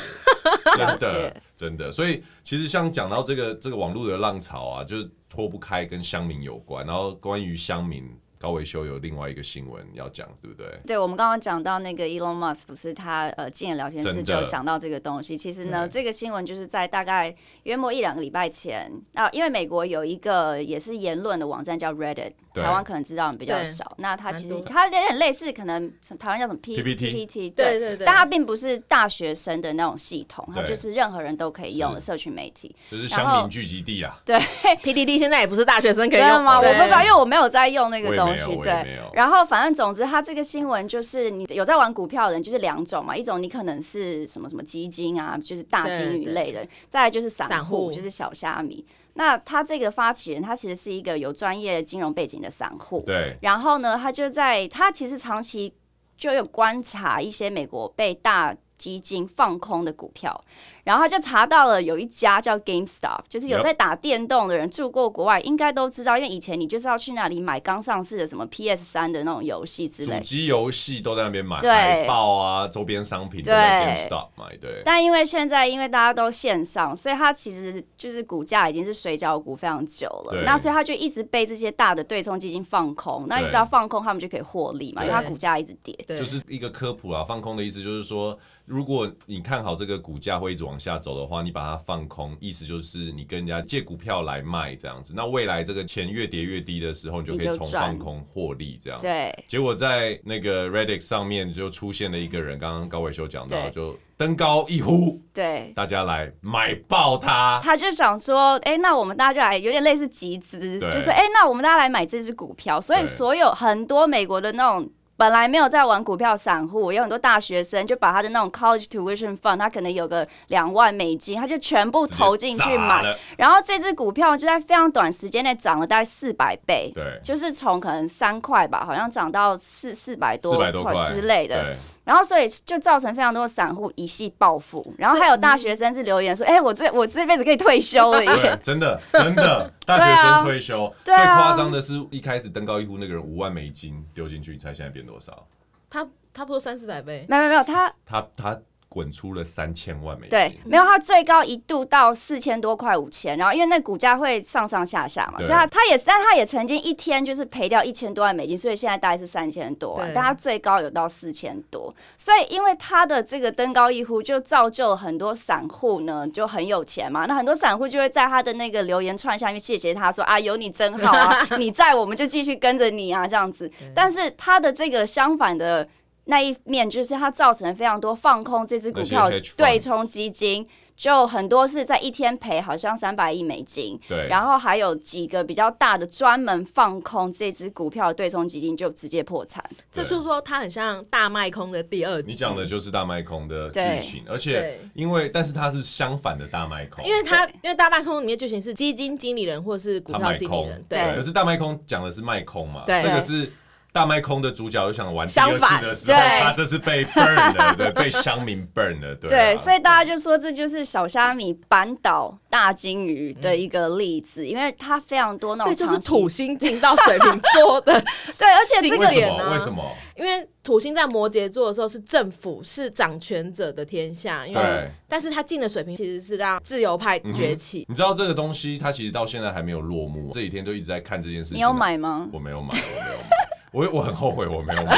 Speaker 1: 真
Speaker 2: 了
Speaker 1: 的
Speaker 2: 解
Speaker 1: 真的，所以其实像讲到这个这个网络的浪潮啊，就是脱不开跟乡民有关。然后关于乡民高维修有另外一个新闻要讲，对不对？
Speaker 2: 对，我们刚刚讲到那个 Elon Musk 不是他呃进了聊天室
Speaker 1: 真
Speaker 2: 就
Speaker 1: 的
Speaker 2: 有讲到这个东西。其实呢，
Speaker 1: 对
Speaker 2: 这个新闻就是在大概约莫一两个礼拜前啊，因为美国有一个也是言论的网站叫 Reddit，
Speaker 1: 对
Speaker 2: 台湾可能知道比较
Speaker 3: 对
Speaker 2: 少。那它其
Speaker 3: 蛮
Speaker 2: 实
Speaker 3: 多
Speaker 2: 它有点类似，可能台湾叫什么 P
Speaker 1: PPT
Speaker 2: PPT
Speaker 3: 对对对，
Speaker 2: 但它并不是大学生的那种系统，它
Speaker 1: 对
Speaker 2: 就是任何人都可以用的
Speaker 1: 是
Speaker 2: 社群媒体。
Speaker 1: 就是
Speaker 2: 然
Speaker 1: 乡
Speaker 2: 后
Speaker 1: 民聚集地啊，
Speaker 2: 对，
Speaker 3: PDD 现在也不是大学生可以
Speaker 2: 真
Speaker 3: 用
Speaker 2: 的吗？我
Speaker 3: 对
Speaker 2: 不知道，因为我没有在用那
Speaker 1: 我
Speaker 2: 个
Speaker 1: 也
Speaker 2: 东
Speaker 1: 没有
Speaker 2: 西。
Speaker 1: 我也没
Speaker 2: 对
Speaker 1: 有，
Speaker 2: 然后反正总之，它这个新闻就是你有在玩股票的人就是两种嘛，一种你可能是什么什么基金啊，就是大金鱼类的，再来就是散户，
Speaker 3: 散户
Speaker 2: 就是小虾米。那他这个发起人，他其实是一个有专业金融背景的散户。
Speaker 1: 对
Speaker 2: 然后呢，他就在他其实长期就有观察一些美国被大基金放空的股票，然后他就查到了有一家叫 GameStop，就是有
Speaker 1: Yep
Speaker 2: 在打电动的人住过国外应该都知道，因为以前你就是要去那里买刚上市的什么 PS 三的那种游戏之
Speaker 1: 主
Speaker 2: 类。
Speaker 1: 机游戏都在那边买，
Speaker 2: 对
Speaker 1: 海报啊、周边商品都在 GameStop 买，对。
Speaker 2: 但因为现在因为大家都线上，所以它其实就是股价已经是水饺股非常久了
Speaker 1: 对。
Speaker 2: 那所以它就一直被这些大的对冲基金放空。那你
Speaker 1: 对
Speaker 2: 只要放空，他们就可以获利嘛，因为它
Speaker 3: 对
Speaker 2: 股价一直跌。
Speaker 3: 对
Speaker 1: 就是一个科普啊，放空的意思就是说，如果你看好这个股价会一直往往下走的话，你把它放空，意思就是你跟人家借股票来卖这样子。那未来这个钱越跌越低的时候，你就可
Speaker 2: 你
Speaker 1: 以
Speaker 2: 就
Speaker 1: 从
Speaker 2: 赚
Speaker 1: 放空获利这样。
Speaker 2: 对，
Speaker 1: 结果在那个 Reddit 上面就出现了一个人，刚刚高伟修讲到，
Speaker 2: 对
Speaker 1: 就登高一呼，
Speaker 2: 对，
Speaker 1: 大家来买爆它。
Speaker 2: 他就想说，哎、那我们大家就来有点类似集资，
Speaker 1: 对
Speaker 2: 就是哎、诶那我们大家来买这只股票。所以
Speaker 1: 对
Speaker 2: 所有很多美国的那种。本来没有在玩股票散户，有很多大学生就把他的那种 college tuition fund，他可能有个两万美金，他就全部投进
Speaker 1: 直
Speaker 2: 去
Speaker 1: 接砸
Speaker 2: 买，
Speaker 1: 了，
Speaker 2: 然后这只股票就在非常短时间内涨了大概四百倍，
Speaker 1: 对，
Speaker 2: 就是从可能三块吧，好像涨到四四百多
Speaker 1: 四百多块
Speaker 2: 之类的。
Speaker 1: 对，
Speaker 2: 然后所以就造成非常多散户一系暴富，然后还有大学生是留言说：“哎、我这我这辈子可以退休了耶
Speaker 1: 对，真的真的，大学
Speaker 2: 对
Speaker 1: 生
Speaker 2: 啊
Speaker 1: 退休、最
Speaker 2: 对啊
Speaker 1: 夸张的是一开始登高一呼那个人五万美金丢进去，你猜现在变多少？
Speaker 3: 他差不多三四百倍！”，
Speaker 2: 没有没有没有，他
Speaker 1: 他他滚出了三千万美金，
Speaker 2: 对没有他最高一度到四千多块五千，然后因为那股价会上上下下嘛，
Speaker 1: 对
Speaker 2: 所以他他也但他也曾经一天就是赔掉一千多万美金，所以现在大概是三千多万
Speaker 3: 对，
Speaker 2: 但他最高有到四千多，所以因为他的这个登高一呼，就造就了很多散户呢就很有钱嘛，那很多散户就会在他的那个留言串下面谢谢他说啊有你真好啊，你在我们就继续跟着你啊这 样子，但是他的这个相反的那一面，就是它造成非常多放空这只股票
Speaker 1: 那些 hedge funds
Speaker 2: 对冲基金，就很多是在一天赔好像三百亿美金，
Speaker 1: 对，
Speaker 2: 然后还有几个比较大的专门放空这只股票的对冲基金就直接破产。
Speaker 3: 这就是说他很像大卖空的第二集。
Speaker 1: 你讲的就是大卖空的
Speaker 2: 对
Speaker 1: 剧情，而且因为但是它是相反的大卖空，
Speaker 3: 因为他
Speaker 2: 对
Speaker 3: 因为大卖空里面剧情是基金经理人或是股
Speaker 1: 他
Speaker 3: 票
Speaker 1: 卖
Speaker 3: 经理
Speaker 1: 空
Speaker 3: 人，，
Speaker 1: 可是大卖空讲的是卖空嘛，
Speaker 3: 对
Speaker 1: 这个是。大卖空的主角又想玩第
Speaker 3: 相
Speaker 1: 二次
Speaker 3: 反
Speaker 1: 的时候，
Speaker 2: 对
Speaker 1: 他这次被 burn 了，对，被乡民 burn 了，对啊，
Speaker 2: 对，所以大家就说这就是小虾米扳倒大金鱼的一个例
Speaker 1: 嗯
Speaker 2: 子，因为它非常多那种
Speaker 3: 这就是
Speaker 2: 长期
Speaker 3: 土星进到水瓶座 的，
Speaker 2: 对，而且这
Speaker 3: 经
Speaker 2: 个
Speaker 1: 为
Speaker 3: 典
Speaker 1: 什
Speaker 3: 啊
Speaker 1: 么？为什么？
Speaker 3: 因为土星在摩羯座的时候是政府是掌权者的天下，因为
Speaker 1: 对嗯
Speaker 3: 但是他进了水瓶其实是让自由派崛起。
Speaker 1: 你知道这个东西，它其实到现在还没有落幕，这几天就一直在看这件事情。啊
Speaker 2: 你有？买吗？
Speaker 1: 我没有买，我没有买，我我很后悔我没有买。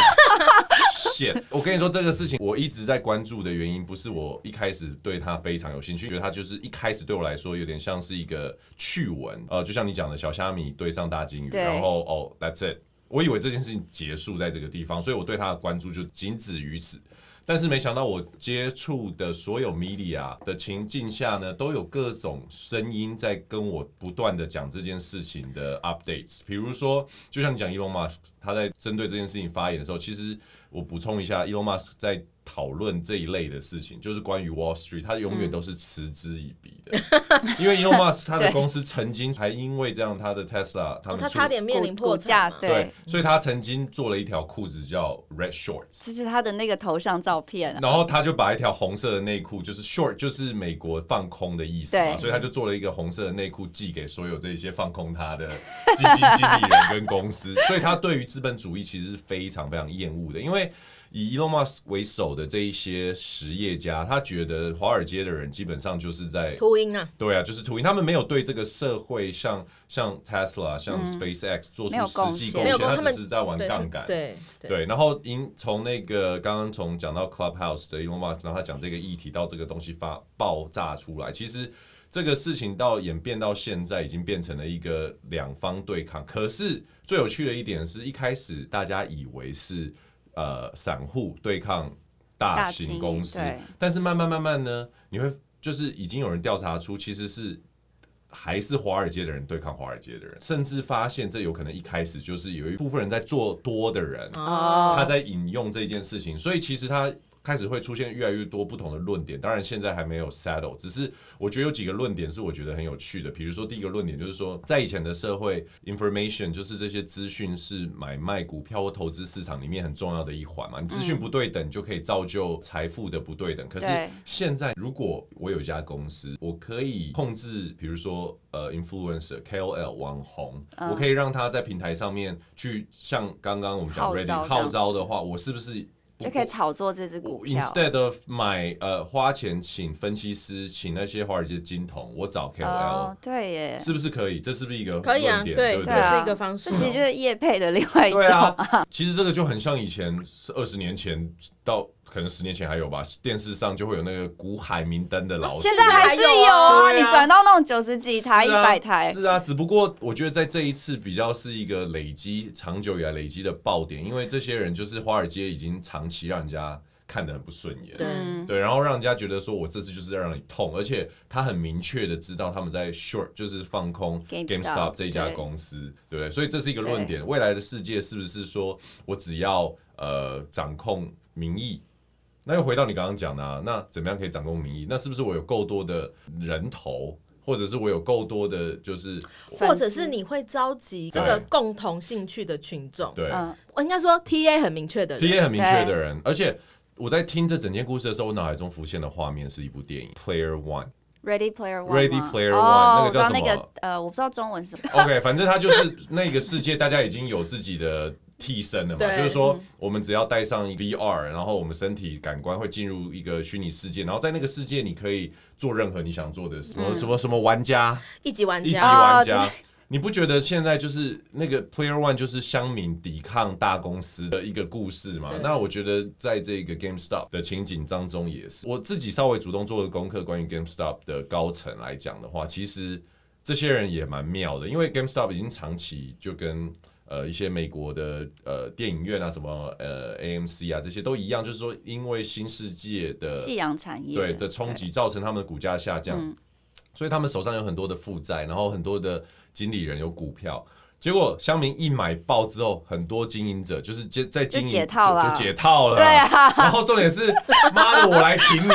Speaker 1: shit！我跟你说这个事情，我一直在关注的原因，不是我一开始对它非常有兴趣，觉得它就是一开始对我来说有点像是一个趣闻，呃，就像你讲的小虾米对上大金鱼，
Speaker 2: 对
Speaker 1: 然后哦，that's it。我以为这件事情结束在这个地方，所以我对它的关注就仅止于此。但是没想到我接触的所有 media 的情境下呢，都有各种声音在跟我不断的讲这件事情的 updates。比如说，就像你讲 Elon Musk，他在针对这件事情发言的时候，其实我补充一下，Elon Musk 在讨论这一类的事情，就是关于 Wall Street，他永
Speaker 3: 嗯
Speaker 1: 远都是嗤之以鼻的，因为 Elon Musk 他的
Speaker 2: 对
Speaker 1: 公司曾经还因为这样，他的 Tesla 他
Speaker 3: 哦
Speaker 1: 们、
Speaker 3: 他差。点面临
Speaker 2: 股
Speaker 3: 破
Speaker 2: 股价
Speaker 3: 产嘛，
Speaker 1: 对
Speaker 2: 对，，
Speaker 1: 所以他曾经做了一条裤子叫 Red Shorts，
Speaker 2: 这是他的那个头像照片啊。
Speaker 1: 然后他就把一条红色的内裤，就是 short，就是美国放空的意思嘛，
Speaker 2: 对
Speaker 1: 所以他就做了一个红色的内裤寄给所有这些放空他的基金经理人跟公司，所以他对于资本主义其实是非常非常厌恶的，因为。以 Elon Musk 为首的这一些实业家，他觉得华尔街的人基本上就是在
Speaker 3: 秃鹰啊，
Speaker 1: 对啊，就是秃鹰，他们没有对这个社会像像 Tesla、像 SpaceX 做出
Speaker 2: 没有
Speaker 1: 实
Speaker 2: 贡
Speaker 1: 际
Speaker 2: 献
Speaker 1: 贡
Speaker 3: 没
Speaker 1: 献，
Speaker 3: 有
Speaker 1: 他
Speaker 3: 他们
Speaker 1: 只是在玩
Speaker 3: 对
Speaker 1: 杠杆。
Speaker 3: 对对，
Speaker 1: 对，然后因从那个刚刚从讲到 Clubhouse 的 Elon Musk，然后他讲这个议题到这个东西发爆炸出来，其实这个事情到演变到现在，已经变成了一个两方对抗。可是最有趣的一点是，一开始大家以为是呃散户对抗大
Speaker 2: 大
Speaker 1: 型
Speaker 2: 型
Speaker 1: 公司
Speaker 2: 对，
Speaker 1: 但是慢慢慢慢呢，你会就是已经有人调查出其实是还是华尔街的人对抗华尔街的人，甚至发现这有可能一开始就是有一部分人在做多的人，
Speaker 3: 哦，
Speaker 2: 啊
Speaker 1: 他在引用这件事情，所以其实他开始会出现越来越多不同的论点。当然现在还没有 settle，只是我觉得有几个论点是我觉得很有趣的。比如说第一个论点就是说，在以前的社会，information 就是这些资讯是买卖股票或投资市场里面很重要的一环嘛。你资讯不对等，就可以造就财富的不对等。可是
Speaker 2: 对
Speaker 1: 现在如果我有一家公司，我可以控制，比如说呃 influencer、KOL、网红，我可以让他在平台上面去像刚刚我们讲
Speaker 2: 号
Speaker 1: r e a d y
Speaker 2: 召这样
Speaker 1: 号
Speaker 2: 子
Speaker 1: 召的话，我是不是
Speaker 2: 就可以炒作这只股
Speaker 1: 我
Speaker 2: 票。
Speaker 1: Instead of 买呃花钱请分析师，请那些华尔街金童，我找 KOL，、
Speaker 2: 哦，对耶，
Speaker 1: 是不是可以？这是不是一个
Speaker 3: 可以啊，
Speaker 1: 论点
Speaker 3: 对，
Speaker 1: 不
Speaker 2: 对
Speaker 3: 这
Speaker 2: 啊
Speaker 3: 是一个方式
Speaker 1: 啊
Speaker 2: 这。其实就是叶配的另外一种。
Speaker 1: 对啊，其实这个就很像以前二十年前到可能十年前还有吧，电视上就会有那个古海明灯的老师。
Speaker 2: 现在还是有啊，
Speaker 3: 对啊
Speaker 2: 你转到那种九十几台、一
Speaker 1: 是啊
Speaker 2: 百台，
Speaker 1: 是啊，只不过我觉得在这一次比较是一个累积长久以来累积的爆点，因为这些人就是华尔街已经长期让人家看得很不顺眼，
Speaker 3: 对
Speaker 2: 嗯，
Speaker 1: 对，然后让人家觉得说我这次就是要让你痛，而且他很明确的知道他们在 short 就是放空
Speaker 2: GameStop，
Speaker 1: 这一家
Speaker 2: 对
Speaker 1: 公司，对不对？所以这是一个论点，未来的世界是不是说我只要呃掌控民意？那又回到你刚刚讲的、啊，那怎么样可以掌控民意？那是不是我有够多的人头，或者是我有够多的就是
Speaker 3: 或者是你会召集这个共同兴趣的群众。
Speaker 1: 对、
Speaker 2: 嗯，
Speaker 3: 我呃应该说 T A 很明确的
Speaker 1: T
Speaker 3: 人
Speaker 1: A 很明确的人，而且我在听这整件故事的时候，我脑海中浮现的画面是一部电影《Player One》。
Speaker 2: Ready Player One 吗
Speaker 1: Ready Player One，
Speaker 2: 哦
Speaker 1: 那个
Speaker 2: 我知道
Speaker 1: 叫什
Speaker 2: 那
Speaker 1: 么
Speaker 2: 个呃，我不知道中文是什么，
Speaker 1: OK，反正他就是那个世界，大家已经有自己的替身了嘛，
Speaker 3: 对
Speaker 1: 就是说我们只要戴上 VR，然后我们身体感官会进入一个虚拟世界，然后在那个世界你可以做任何你想做的什么、什么什么玩家，
Speaker 3: 一级玩
Speaker 1: 一级
Speaker 3: 家，
Speaker 1: 玩
Speaker 2: 哦
Speaker 1: 家。你不觉得现在就是那个 Player One 就是乡民抵抗大公司的一个故事吗
Speaker 3: 对？
Speaker 1: 那我觉得在这个 GameStop 的情景当中也是，我自己稍微主动做了功课，关于 GameStop 的高层来讲的话，其实这些人也蛮妙的，因为 GameStop 已经长期就跟呃一些美国的呃电影院啊，什么呃 AMC 啊这些都一样，就是说因为新世界的
Speaker 2: 夕阳产业
Speaker 1: 呃对的冲击，造成他们的股价下降，
Speaker 2: 嗯
Speaker 1: 所以他们手上有很多的负债，然后很多的经理人有股票。结果乡民一买爆之后，很多经营者就是接在经营
Speaker 2: 就解套了
Speaker 1: 就解套了，
Speaker 2: 对啊。
Speaker 1: 然后重点是，妈的，我来挺你，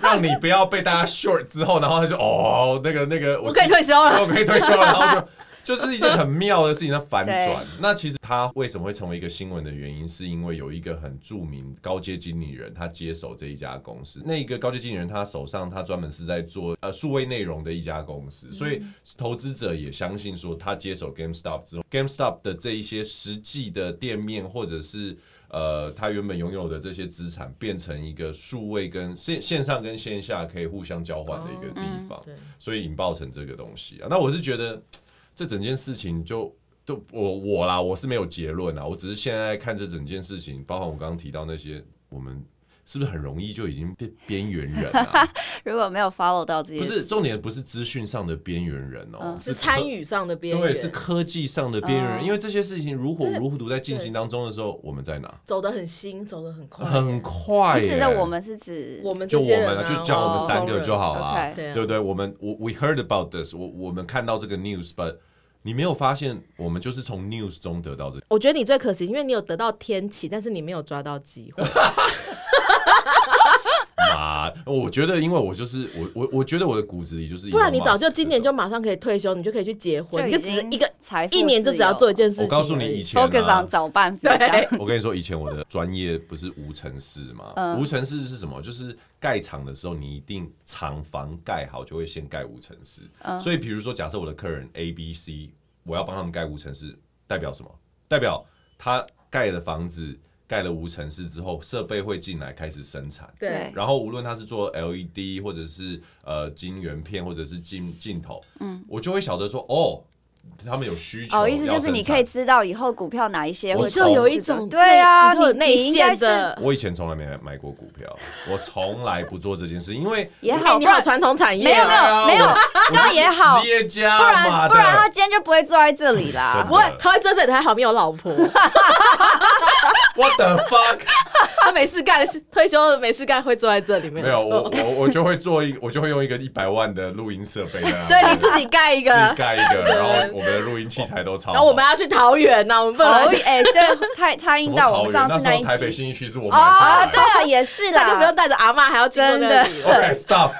Speaker 1: 让你不要被大家 short 之后，然后他就哦，那个那个，
Speaker 2: 我可以退休了。
Speaker 1: 哦我可以退休了，然后就。就是一件很妙的事情，它反转。那其实它为什么会成为一个新闻的原因，是因为有一个很著名高阶经理人，他接手这一家公司。那一个高阶经理人，他手上他专门是在做呃数位内容的一家公司，所以投资者也相信说，他接手 GameStop 之后，GameStop 的这一些实际的店面或者是呃，他原本拥有的这些资产变成一个数位跟线线上跟线下可以互相交换的一个地方，
Speaker 3: 对
Speaker 1: 所以引爆成这个东西啊。那我是觉得这整件事情就就我我啦，我是没有结论啊，我只是现在看这整件事情，包含我刚刚提到那些，我们是不是很容易就已经变边缘人了、
Speaker 2: 如果没有 follow 到这些，
Speaker 1: 不是重点，不是资讯上的边缘人哦、
Speaker 2: 嗯
Speaker 3: 是
Speaker 1: 科
Speaker 3: 参与上的边
Speaker 1: 对，是
Speaker 3: 缘，
Speaker 1: 科技上的边缘人，
Speaker 2: 嗯
Speaker 1: 因为这些事情如火
Speaker 3: 真的
Speaker 1: 如荼在进行当中的时候，我们在哪？
Speaker 3: 走得很新，走得很快，
Speaker 1: 很快、
Speaker 2: 你
Speaker 1: 耶。
Speaker 2: 指的我们是指
Speaker 3: 我们
Speaker 1: 就
Speaker 3: 这
Speaker 1: 我
Speaker 3: 些
Speaker 1: 们
Speaker 3: 人
Speaker 1: 啊，
Speaker 3: 啊，
Speaker 1: 就叫我们三个就好
Speaker 2: 哦
Speaker 1: 啦
Speaker 2: ，OK，
Speaker 3: 对啊
Speaker 1: 对不对？我们我 we heard about this，我我们看到这个 news，but 你没有发现我们就是从 news 中得到这
Speaker 3: 我觉得你最可惜，因为你有得到天启，但是你没有抓到机会。
Speaker 1: 妈，我觉得因为我就是我我我觉得我的骨子里就是 Elon Musk 这
Speaker 3: 不
Speaker 1: 种，
Speaker 3: 然你早就今年就马上可以退休，你就可以去结婚，
Speaker 2: 就已
Speaker 3: 你就只是
Speaker 2: 经
Speaker 3: 一个
Speaker 2: 财富
Speaker 3: 一年就只要做一件事情而
Speaker 1: 我
Speaker 3: 已。
Speaker 1: 告诉你以前、
Speaker 2: focus
Speaker 1: 啊
Speaker 2: on。找伴侣，对，
Speaker 1: 我跟你说，以前我的专业不是无尘室吗？
Speaker 2: 嗯
Speaker 1: 无尘室是什么？就是盖厂的时候，你一定厂房盖好就会先盖无尘室。
Speaker 2: 嗯
Speaker 1: 所以，比如说，假设我的客人 A、B、C，我要帮他们盖无尘室，代表什么？代表他盖了房子，盖了无尘室之后，设备会进来开始生产。
Speaker 3: 对
Speaker 1: 然后无论他是做 LED 或者是呃晶圆片或者是镜镜头，嗯，我就会晓得说哦，他们有需求要
Speaker 2: 哦，
Speaker 1: 生产。
Speaker 2: 意思就是你可以知道以后股票哪一些
Speaker 1: 我
Speaker 2: 会
Speaker 1: 就
Speaker 2: 走
Speaker 1: 有
Speaker 2: 势
Speaker 3: 一
Speaker 2: 的
Speaker 3: 种
Speaker 2: 对啊，
Speaker 3: 你就有
Speaker 2: 你
Speaker 3: 内
Speaker 2: 你应该
Speaker 3: 线的
Speaker 2: 是
Speaker 1: 我以前从来没买过股票， 我从来不做这件事，因为啊
Speaker 2: 也
Speaker 3: 哎
Speaker 2: 好，
Speaker 3: 你
Speaker 2: 不
Speaker 3: 好
Speaker 2: 然
Speaker 3: 传统产业
Speaker 2: 没有
Speaker 3: 哦
Speaker 2: 没有没有
Speaker 1: 我
Speaker 2: 这样也好
Speaker 1: 我是实业家
Speaker 2: 不
Speaker 1: 嘛啊的
Speaker 2: 然不然他今天就不会坐在这 里啦
Speaker 1: 真。
Speaker 3: 不会，他会追着你，他好没有 老婆，
Speaker 1: ，What the fuck？
Speaker 3: 他没事干，是退休了没事干会坐在这里，没
Speaker 1: 没有，
Speaker 3: 有
Speaker 1: 我
Speaker 3: 错。
Speaker 1: 我我就会做一，我就会用一个一百万的录音设备在那边，
Speaker 3: 对，你自己盖一个，
Speaker 1: 自己盖一个，然后我们的录音器材都超好。
Speaker 3: 然后我们要去桃园呐，我们不能
Speaker 2: 桃
Speaker 3: 来
Speaker 2: 园，哎，对，他他
Speaker 1: 什
Speaker 2: 应
Speaker 1: 么
Speaker 2: 到我
Speaker 1: 桃
Speaker 2: 们
Speaker 1: 园？
Speaker 2: 上次
Speaker 1: 那时候台北
Speaker 2: 一集
Speaker 1: 信义区是我买下
Speaker 2: 啊，
Speaker 1: 来
Speaker 2: 对
Speaker 1: 的。
Speaker 2: 啊，也是
Speaker 3: 那就不
Speaker 2: 啦
Speaker 3: 用。带着阿妈还要经过那里了。
Speaker 1: OK，stop，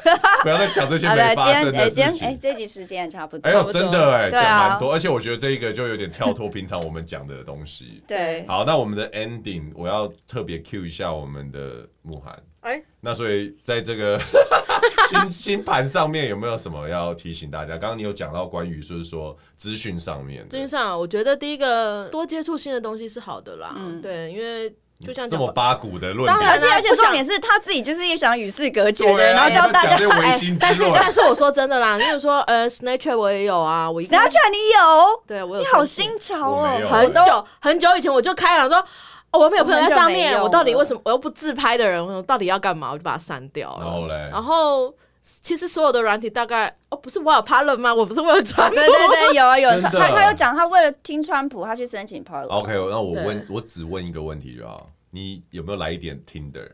Speaker 1: 不要再讲这些
Speaker 2: 好
Speaker 1: 没
Speaker 2: 的，
Speaker 1: 发
Speaker 2: 今
Speaker 1: 生
Speaker 2: 天
Speaker 1: 的
Speaker 2: 哎，今
Speaker 1: 事
Speaker 2: 天哎
Speaker 1: 情，。
Speaker 2: 这集时间也差不多
Speaker 1: 哎。呦
Speaker 3: 差，不多
Speaker 1: 真的哎，
Speaker 2: 对
Speaker 1: 讲
Speaker 2: 啊
Speaker 1: 蛮多，而且我觉得这一个就有点跳脱平常我们讲的东西。
Speaker 2: 对，
Speaker 1: 好，那我们的 ending 我要特别 cue 一下我们的慕寒。
Speaker 3: 哎，
Speaker 1: 那所以在这个 新新盘上面有没有什么要提醒大家？刚刚你有讲到关于就是说资讯上面
Speaker 3: 最
Speaker 1: 的
Speaker 3: 近，上，啊我觉得第一个多接触新的东西是好的啦，
Speaker 2: 嗯
Speaker 3: 对，因为就像
Speaker 1: 这
Speaker 3: 讲
Speaker 1: 么八股的论
Speaker 3: 当
Speaker 2: 而
Speaker 1: 点
Speaker 3: 然，
Speaker 2: 且而且
Speaker 3: 不想
Speaker 2: 重点是他自己就是也想与世隔绝的
Speaker 1: 对
Speaker 2: 人，
Speaker 1: 啊
Speaker 2: 然后教大
Speaker 1: 讲
Speaker 2: 家
Speaker 1: 这。些唯心之
Speaker 3: 哎但是
Speaker 1: 论。
Speaker 3: 但是我说真的啦，就是说呃，Snapchat 我也有啊，我一定
Speaker 2: 然后居然你有，
Speaker 3: 对我有
Speaker 2: 你好
Speaker 3: 申请
Speaker 2: 新潮
Speaker 1: 我没有
Speaker 2: 哦，
Speaker 1: 啊
Speaker 3: 很久很久以前我就开朗说。哦，我没有朋友在
Speaker 2: 我
Speaker 3: 上
Speaker 2: 很久没
Speaker 3: 面，
Speaker 2: 用
Speaker 3: 我到底
Speaker 2: 了
Speaker 3: 为什么我又不自拍的人，我到底要干嘛？我就把它删掉了。
Speaker 1: 然后嘞
Speaker 3: 然后其实所有的软体大概哦，不是我有 p a l 吗？我不是为了传
Speaker 2: 对对对，有啊有啊，
Speaker 1: 真的
Speaker 2: 他他有讲，他为了听川普，他去申请 p a r l
Speaker 1: OK，那我
Speaker 3: 对
Speaker 1: 问，我只问一个问题就好，你有没有来一点 Tinder？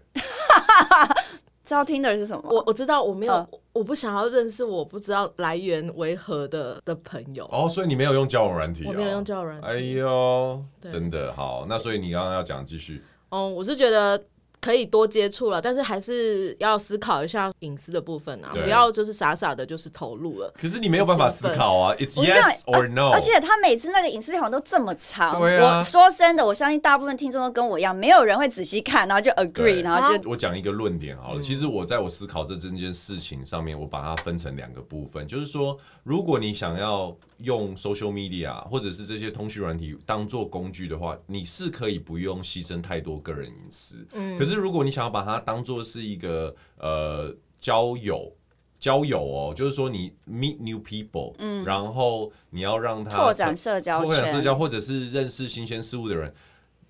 Speaker 2: 知道 Tinder 是什么吗？
Speaker 3: 我我知道我没有，
Speaker 2: 嗯
Speaker 3: 我不想要认识我不知道来源为何的的朋友。
Speaker 1: 哦，所以你没有用交友软体、哦，
Speaker 3: 我没有用交友软体
Speaker 1: 哎呦，
Speaker 3: 对
Speaker 1: 真的好，那所以你刚刚要讲继续，
Speaker 3: 哦、我是觉得可以多接触了，但是还是要思考一下隐私的部分啊，
Speaker 1: 对
Speaker 3: 不要就是傻傻的就是投入了。
Speaker 1: 可是你没有办法思考啊，It's
Speaker 2: 我知道
Speaker 1: yes or no，
Speaker 2: 而且他每次那个隐私条都这么长，
Speaker 1: 哦对啊
Speaker 2: 我说真的，我相信大部分听众都跟我一样，没有人会仔细看，然后
Speaker 1: 对
Speaker 2: 就
Speaker 1: 啊
Speaker 2: agree，然后就
Speaker 1: 我讲一个论点好了。
Speaker 2: 嗯
Speaker 1: 其实我在我思考这这件事情上面，我把它分成两个部分，就是说，如果你想要用 social media 啊或者是这些通讯软体当做工具的话，你是可以不用牺牲太多个人隐私。
Speaker 2: 嗯
Speaker 1: 可是如果你想要把它当做是一个呃交友。交友哦，就是说你 meet new people，嗯，然后你要让他
Speaker 2: 拓展社交
Speaker 1: 拓展啊社
Speaker 2: 圈。
Speaker 1: 交，或者是认识新鲜事物的人，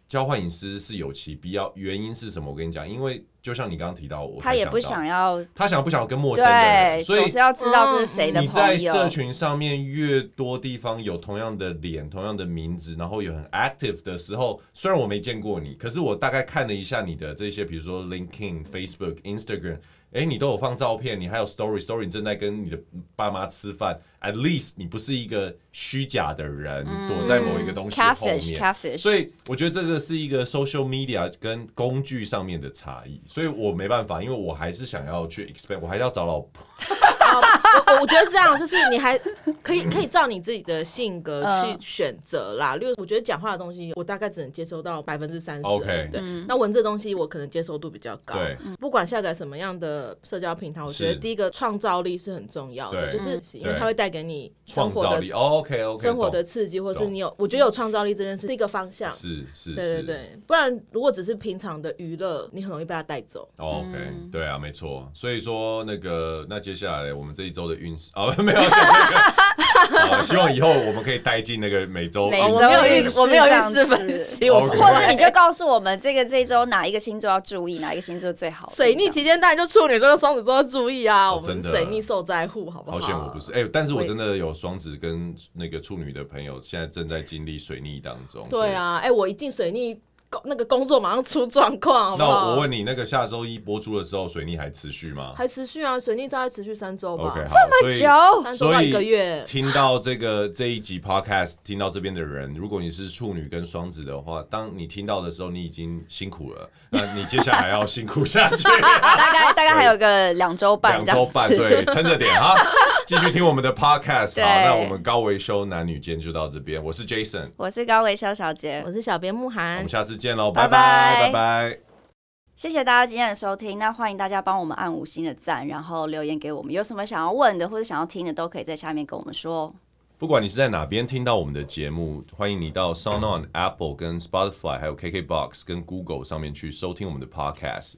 Speaker 1: 交换隐私是有其必要。原因是什么？我跟你讲，因为就像你刚刚提到，我才
Speaker 2: 他也不
Speaker 1: 到
Speaker 2: 想，要，
Speaker 1: 他想不想要跟陌生的人，
Speaker 2: 对，
Speaker 1: 所以嗯
Speaker 2: 总是要知道这是谁的
Speaker 1: 你在
Speaker 2: 朋
Speaker 1: 社
Speaker 2: 友。
Speaker 1: 群上面越多地方有同样的脸、同样的名字，然后有很 active 的时候，虽然我没见过你，可是我大概看了一下你的这些，比如说 LinkedIn、Facebook、Instagram，哎，你都有放照片，你还有 story story，你正在跟你的爸妈吃饭，at least 你不是一个虚假的人，躲在某一个东西后
Speaker 2: 嗯 catfish
Speaker 1: 面。
Speaker 2: catfish，
Speaker 1: 所以我觉得这个是一个 social media 跟工具上面的差异，所以我没办法，因为我还是想要去 expect，我还是要找老婆。
Speaker 3: 好我我我觉得是这样，就是你还可以可以照你自己的性格去
Speaker 2: 嗯
Speaker 3: 选择啦。例如，我觉得讲话的东西，我大概只能接收到百分之三十。
Speaker 1: OK
Speaker 3: 对，
Speaker 2: 嗯
Speaker 3: 那文字的东西我可能接受度比较高。
Speaker 1: 对，
Speaker 3: 不管下载什么样的社交平台，我觉得
Speaker 1: 是
Speaker 3: 第一个创造力是很重要的，
Speaker 1: 对
Speaker 2: 嗯
Speaker 3: 就是因为
Speaker 1: 对
Speaker 3: 它会带给你生
Speaker 1: 创
Speaker 3: 活
Speaker 1: 造
Speaker 3: 的
Speaker 1: 力。OK OK，
Speaker 3: 生活的刺激，或是
Speaker 1: 懂
Speaker 3: 你有，我觉得有创造力这件事是一个方向。
Speaker 1: 是是
Speaker 3: 对对
Speaker 1: 是，
Speaker 3: 对，不然如果只是平常的娱乐，你很容易被它带走。
Speaker 1: o k
Speaker 3: 嗯
Speaker 1: 对啊，没错。所以说那个，那接下来我们这一周的运势 啊，没有，好，希望以后我们可以带进那个每周
Speaker 2: 每
Speaker 1: 运势
Speaker 2: 周
Speaker 1: 的
Speaker 2: 有运势
Speaker 3: 我没有
Speaker 2: 这
Speaker 3: 运
Speaker 2: 样
Speaker 3: 势
Speaker 2: 子
Speaker 3: 分析，我不
Speaker 1: 对 OK
Speaker 2: 或者
Speaker 3: 会
Speaker 2: 你。就告诉我们这个这一周哪一个星座要注意，哪一个星座最好？
Speaker 3: 水逆期间当然就处女座、双子座要注意啊，
Speaker 1: 哦
Speaker 3: 我们
Speaker 1: 真的
Speaker 3: 水逆受灾户，好不好？
Speaker 1: 好险我不是，哎、但是我真的有双子跟那个处女的朋友，现在正在经历水逆当中。
Speaker 3: 对啊，哎、我一进水逆，工那个工作马上出状况，好
Speaker 1: 所以。
Speaker 3: 不
Speaker 1: 那
Speaker 3: 好？
Speaker 1: 我问你，那个下周一播出的时候，水逆还持续吗
Speaker 3: 还持续啊，水逆大概持续三周吧
Speaker 1: OK，好，所以
Speaker 2: 九
Speaker 3: 三周
Speaker 1: 所
Speaker 3: 到
Speaker 1: 以
Speaker 3: 一个月。
Speaker 1: 听到这个这一集 podcast，听到这边的人，如果你是处女跟双子的话，当你听到的时候，你已经辛苦 了，那你接下来要辛苦下去，
Speaker 2: 大概大概还有个两周 半
Speaker 1: 两
Speaker 2: 这样
Speaker 1: 周半，所以撑着点哈，继续听我们的 podcast。
Speaker 2: 对
Speaker 1: 好，那我们高维修男女间就到这边，我是 Jason，
Speaker 2: 我是高维肖小姐，
Speaker 3: 我是小编慕
Speaker 1: 我
Speaker 3: 涵
Speaker 1: 们，下次见喽，
Speaker 2: 拜
Speaker 1: 拜
Speaker 2: 拜
Speaker 1: 拜拜。
Speaker 2: 谢谢大家今天的收听，那欢迎大家帮我们按五星的赞，然后留言给我们，有什么想要问的或者想要听的，都可以在下面跟我们说哦。
Speaker 1: 不管你是在哪边听到我们的节目，欢迎你到 Sound On、Apple、跟 Spotify、还有 KKBox、跟 Google 上面去收听我们的 Podcast。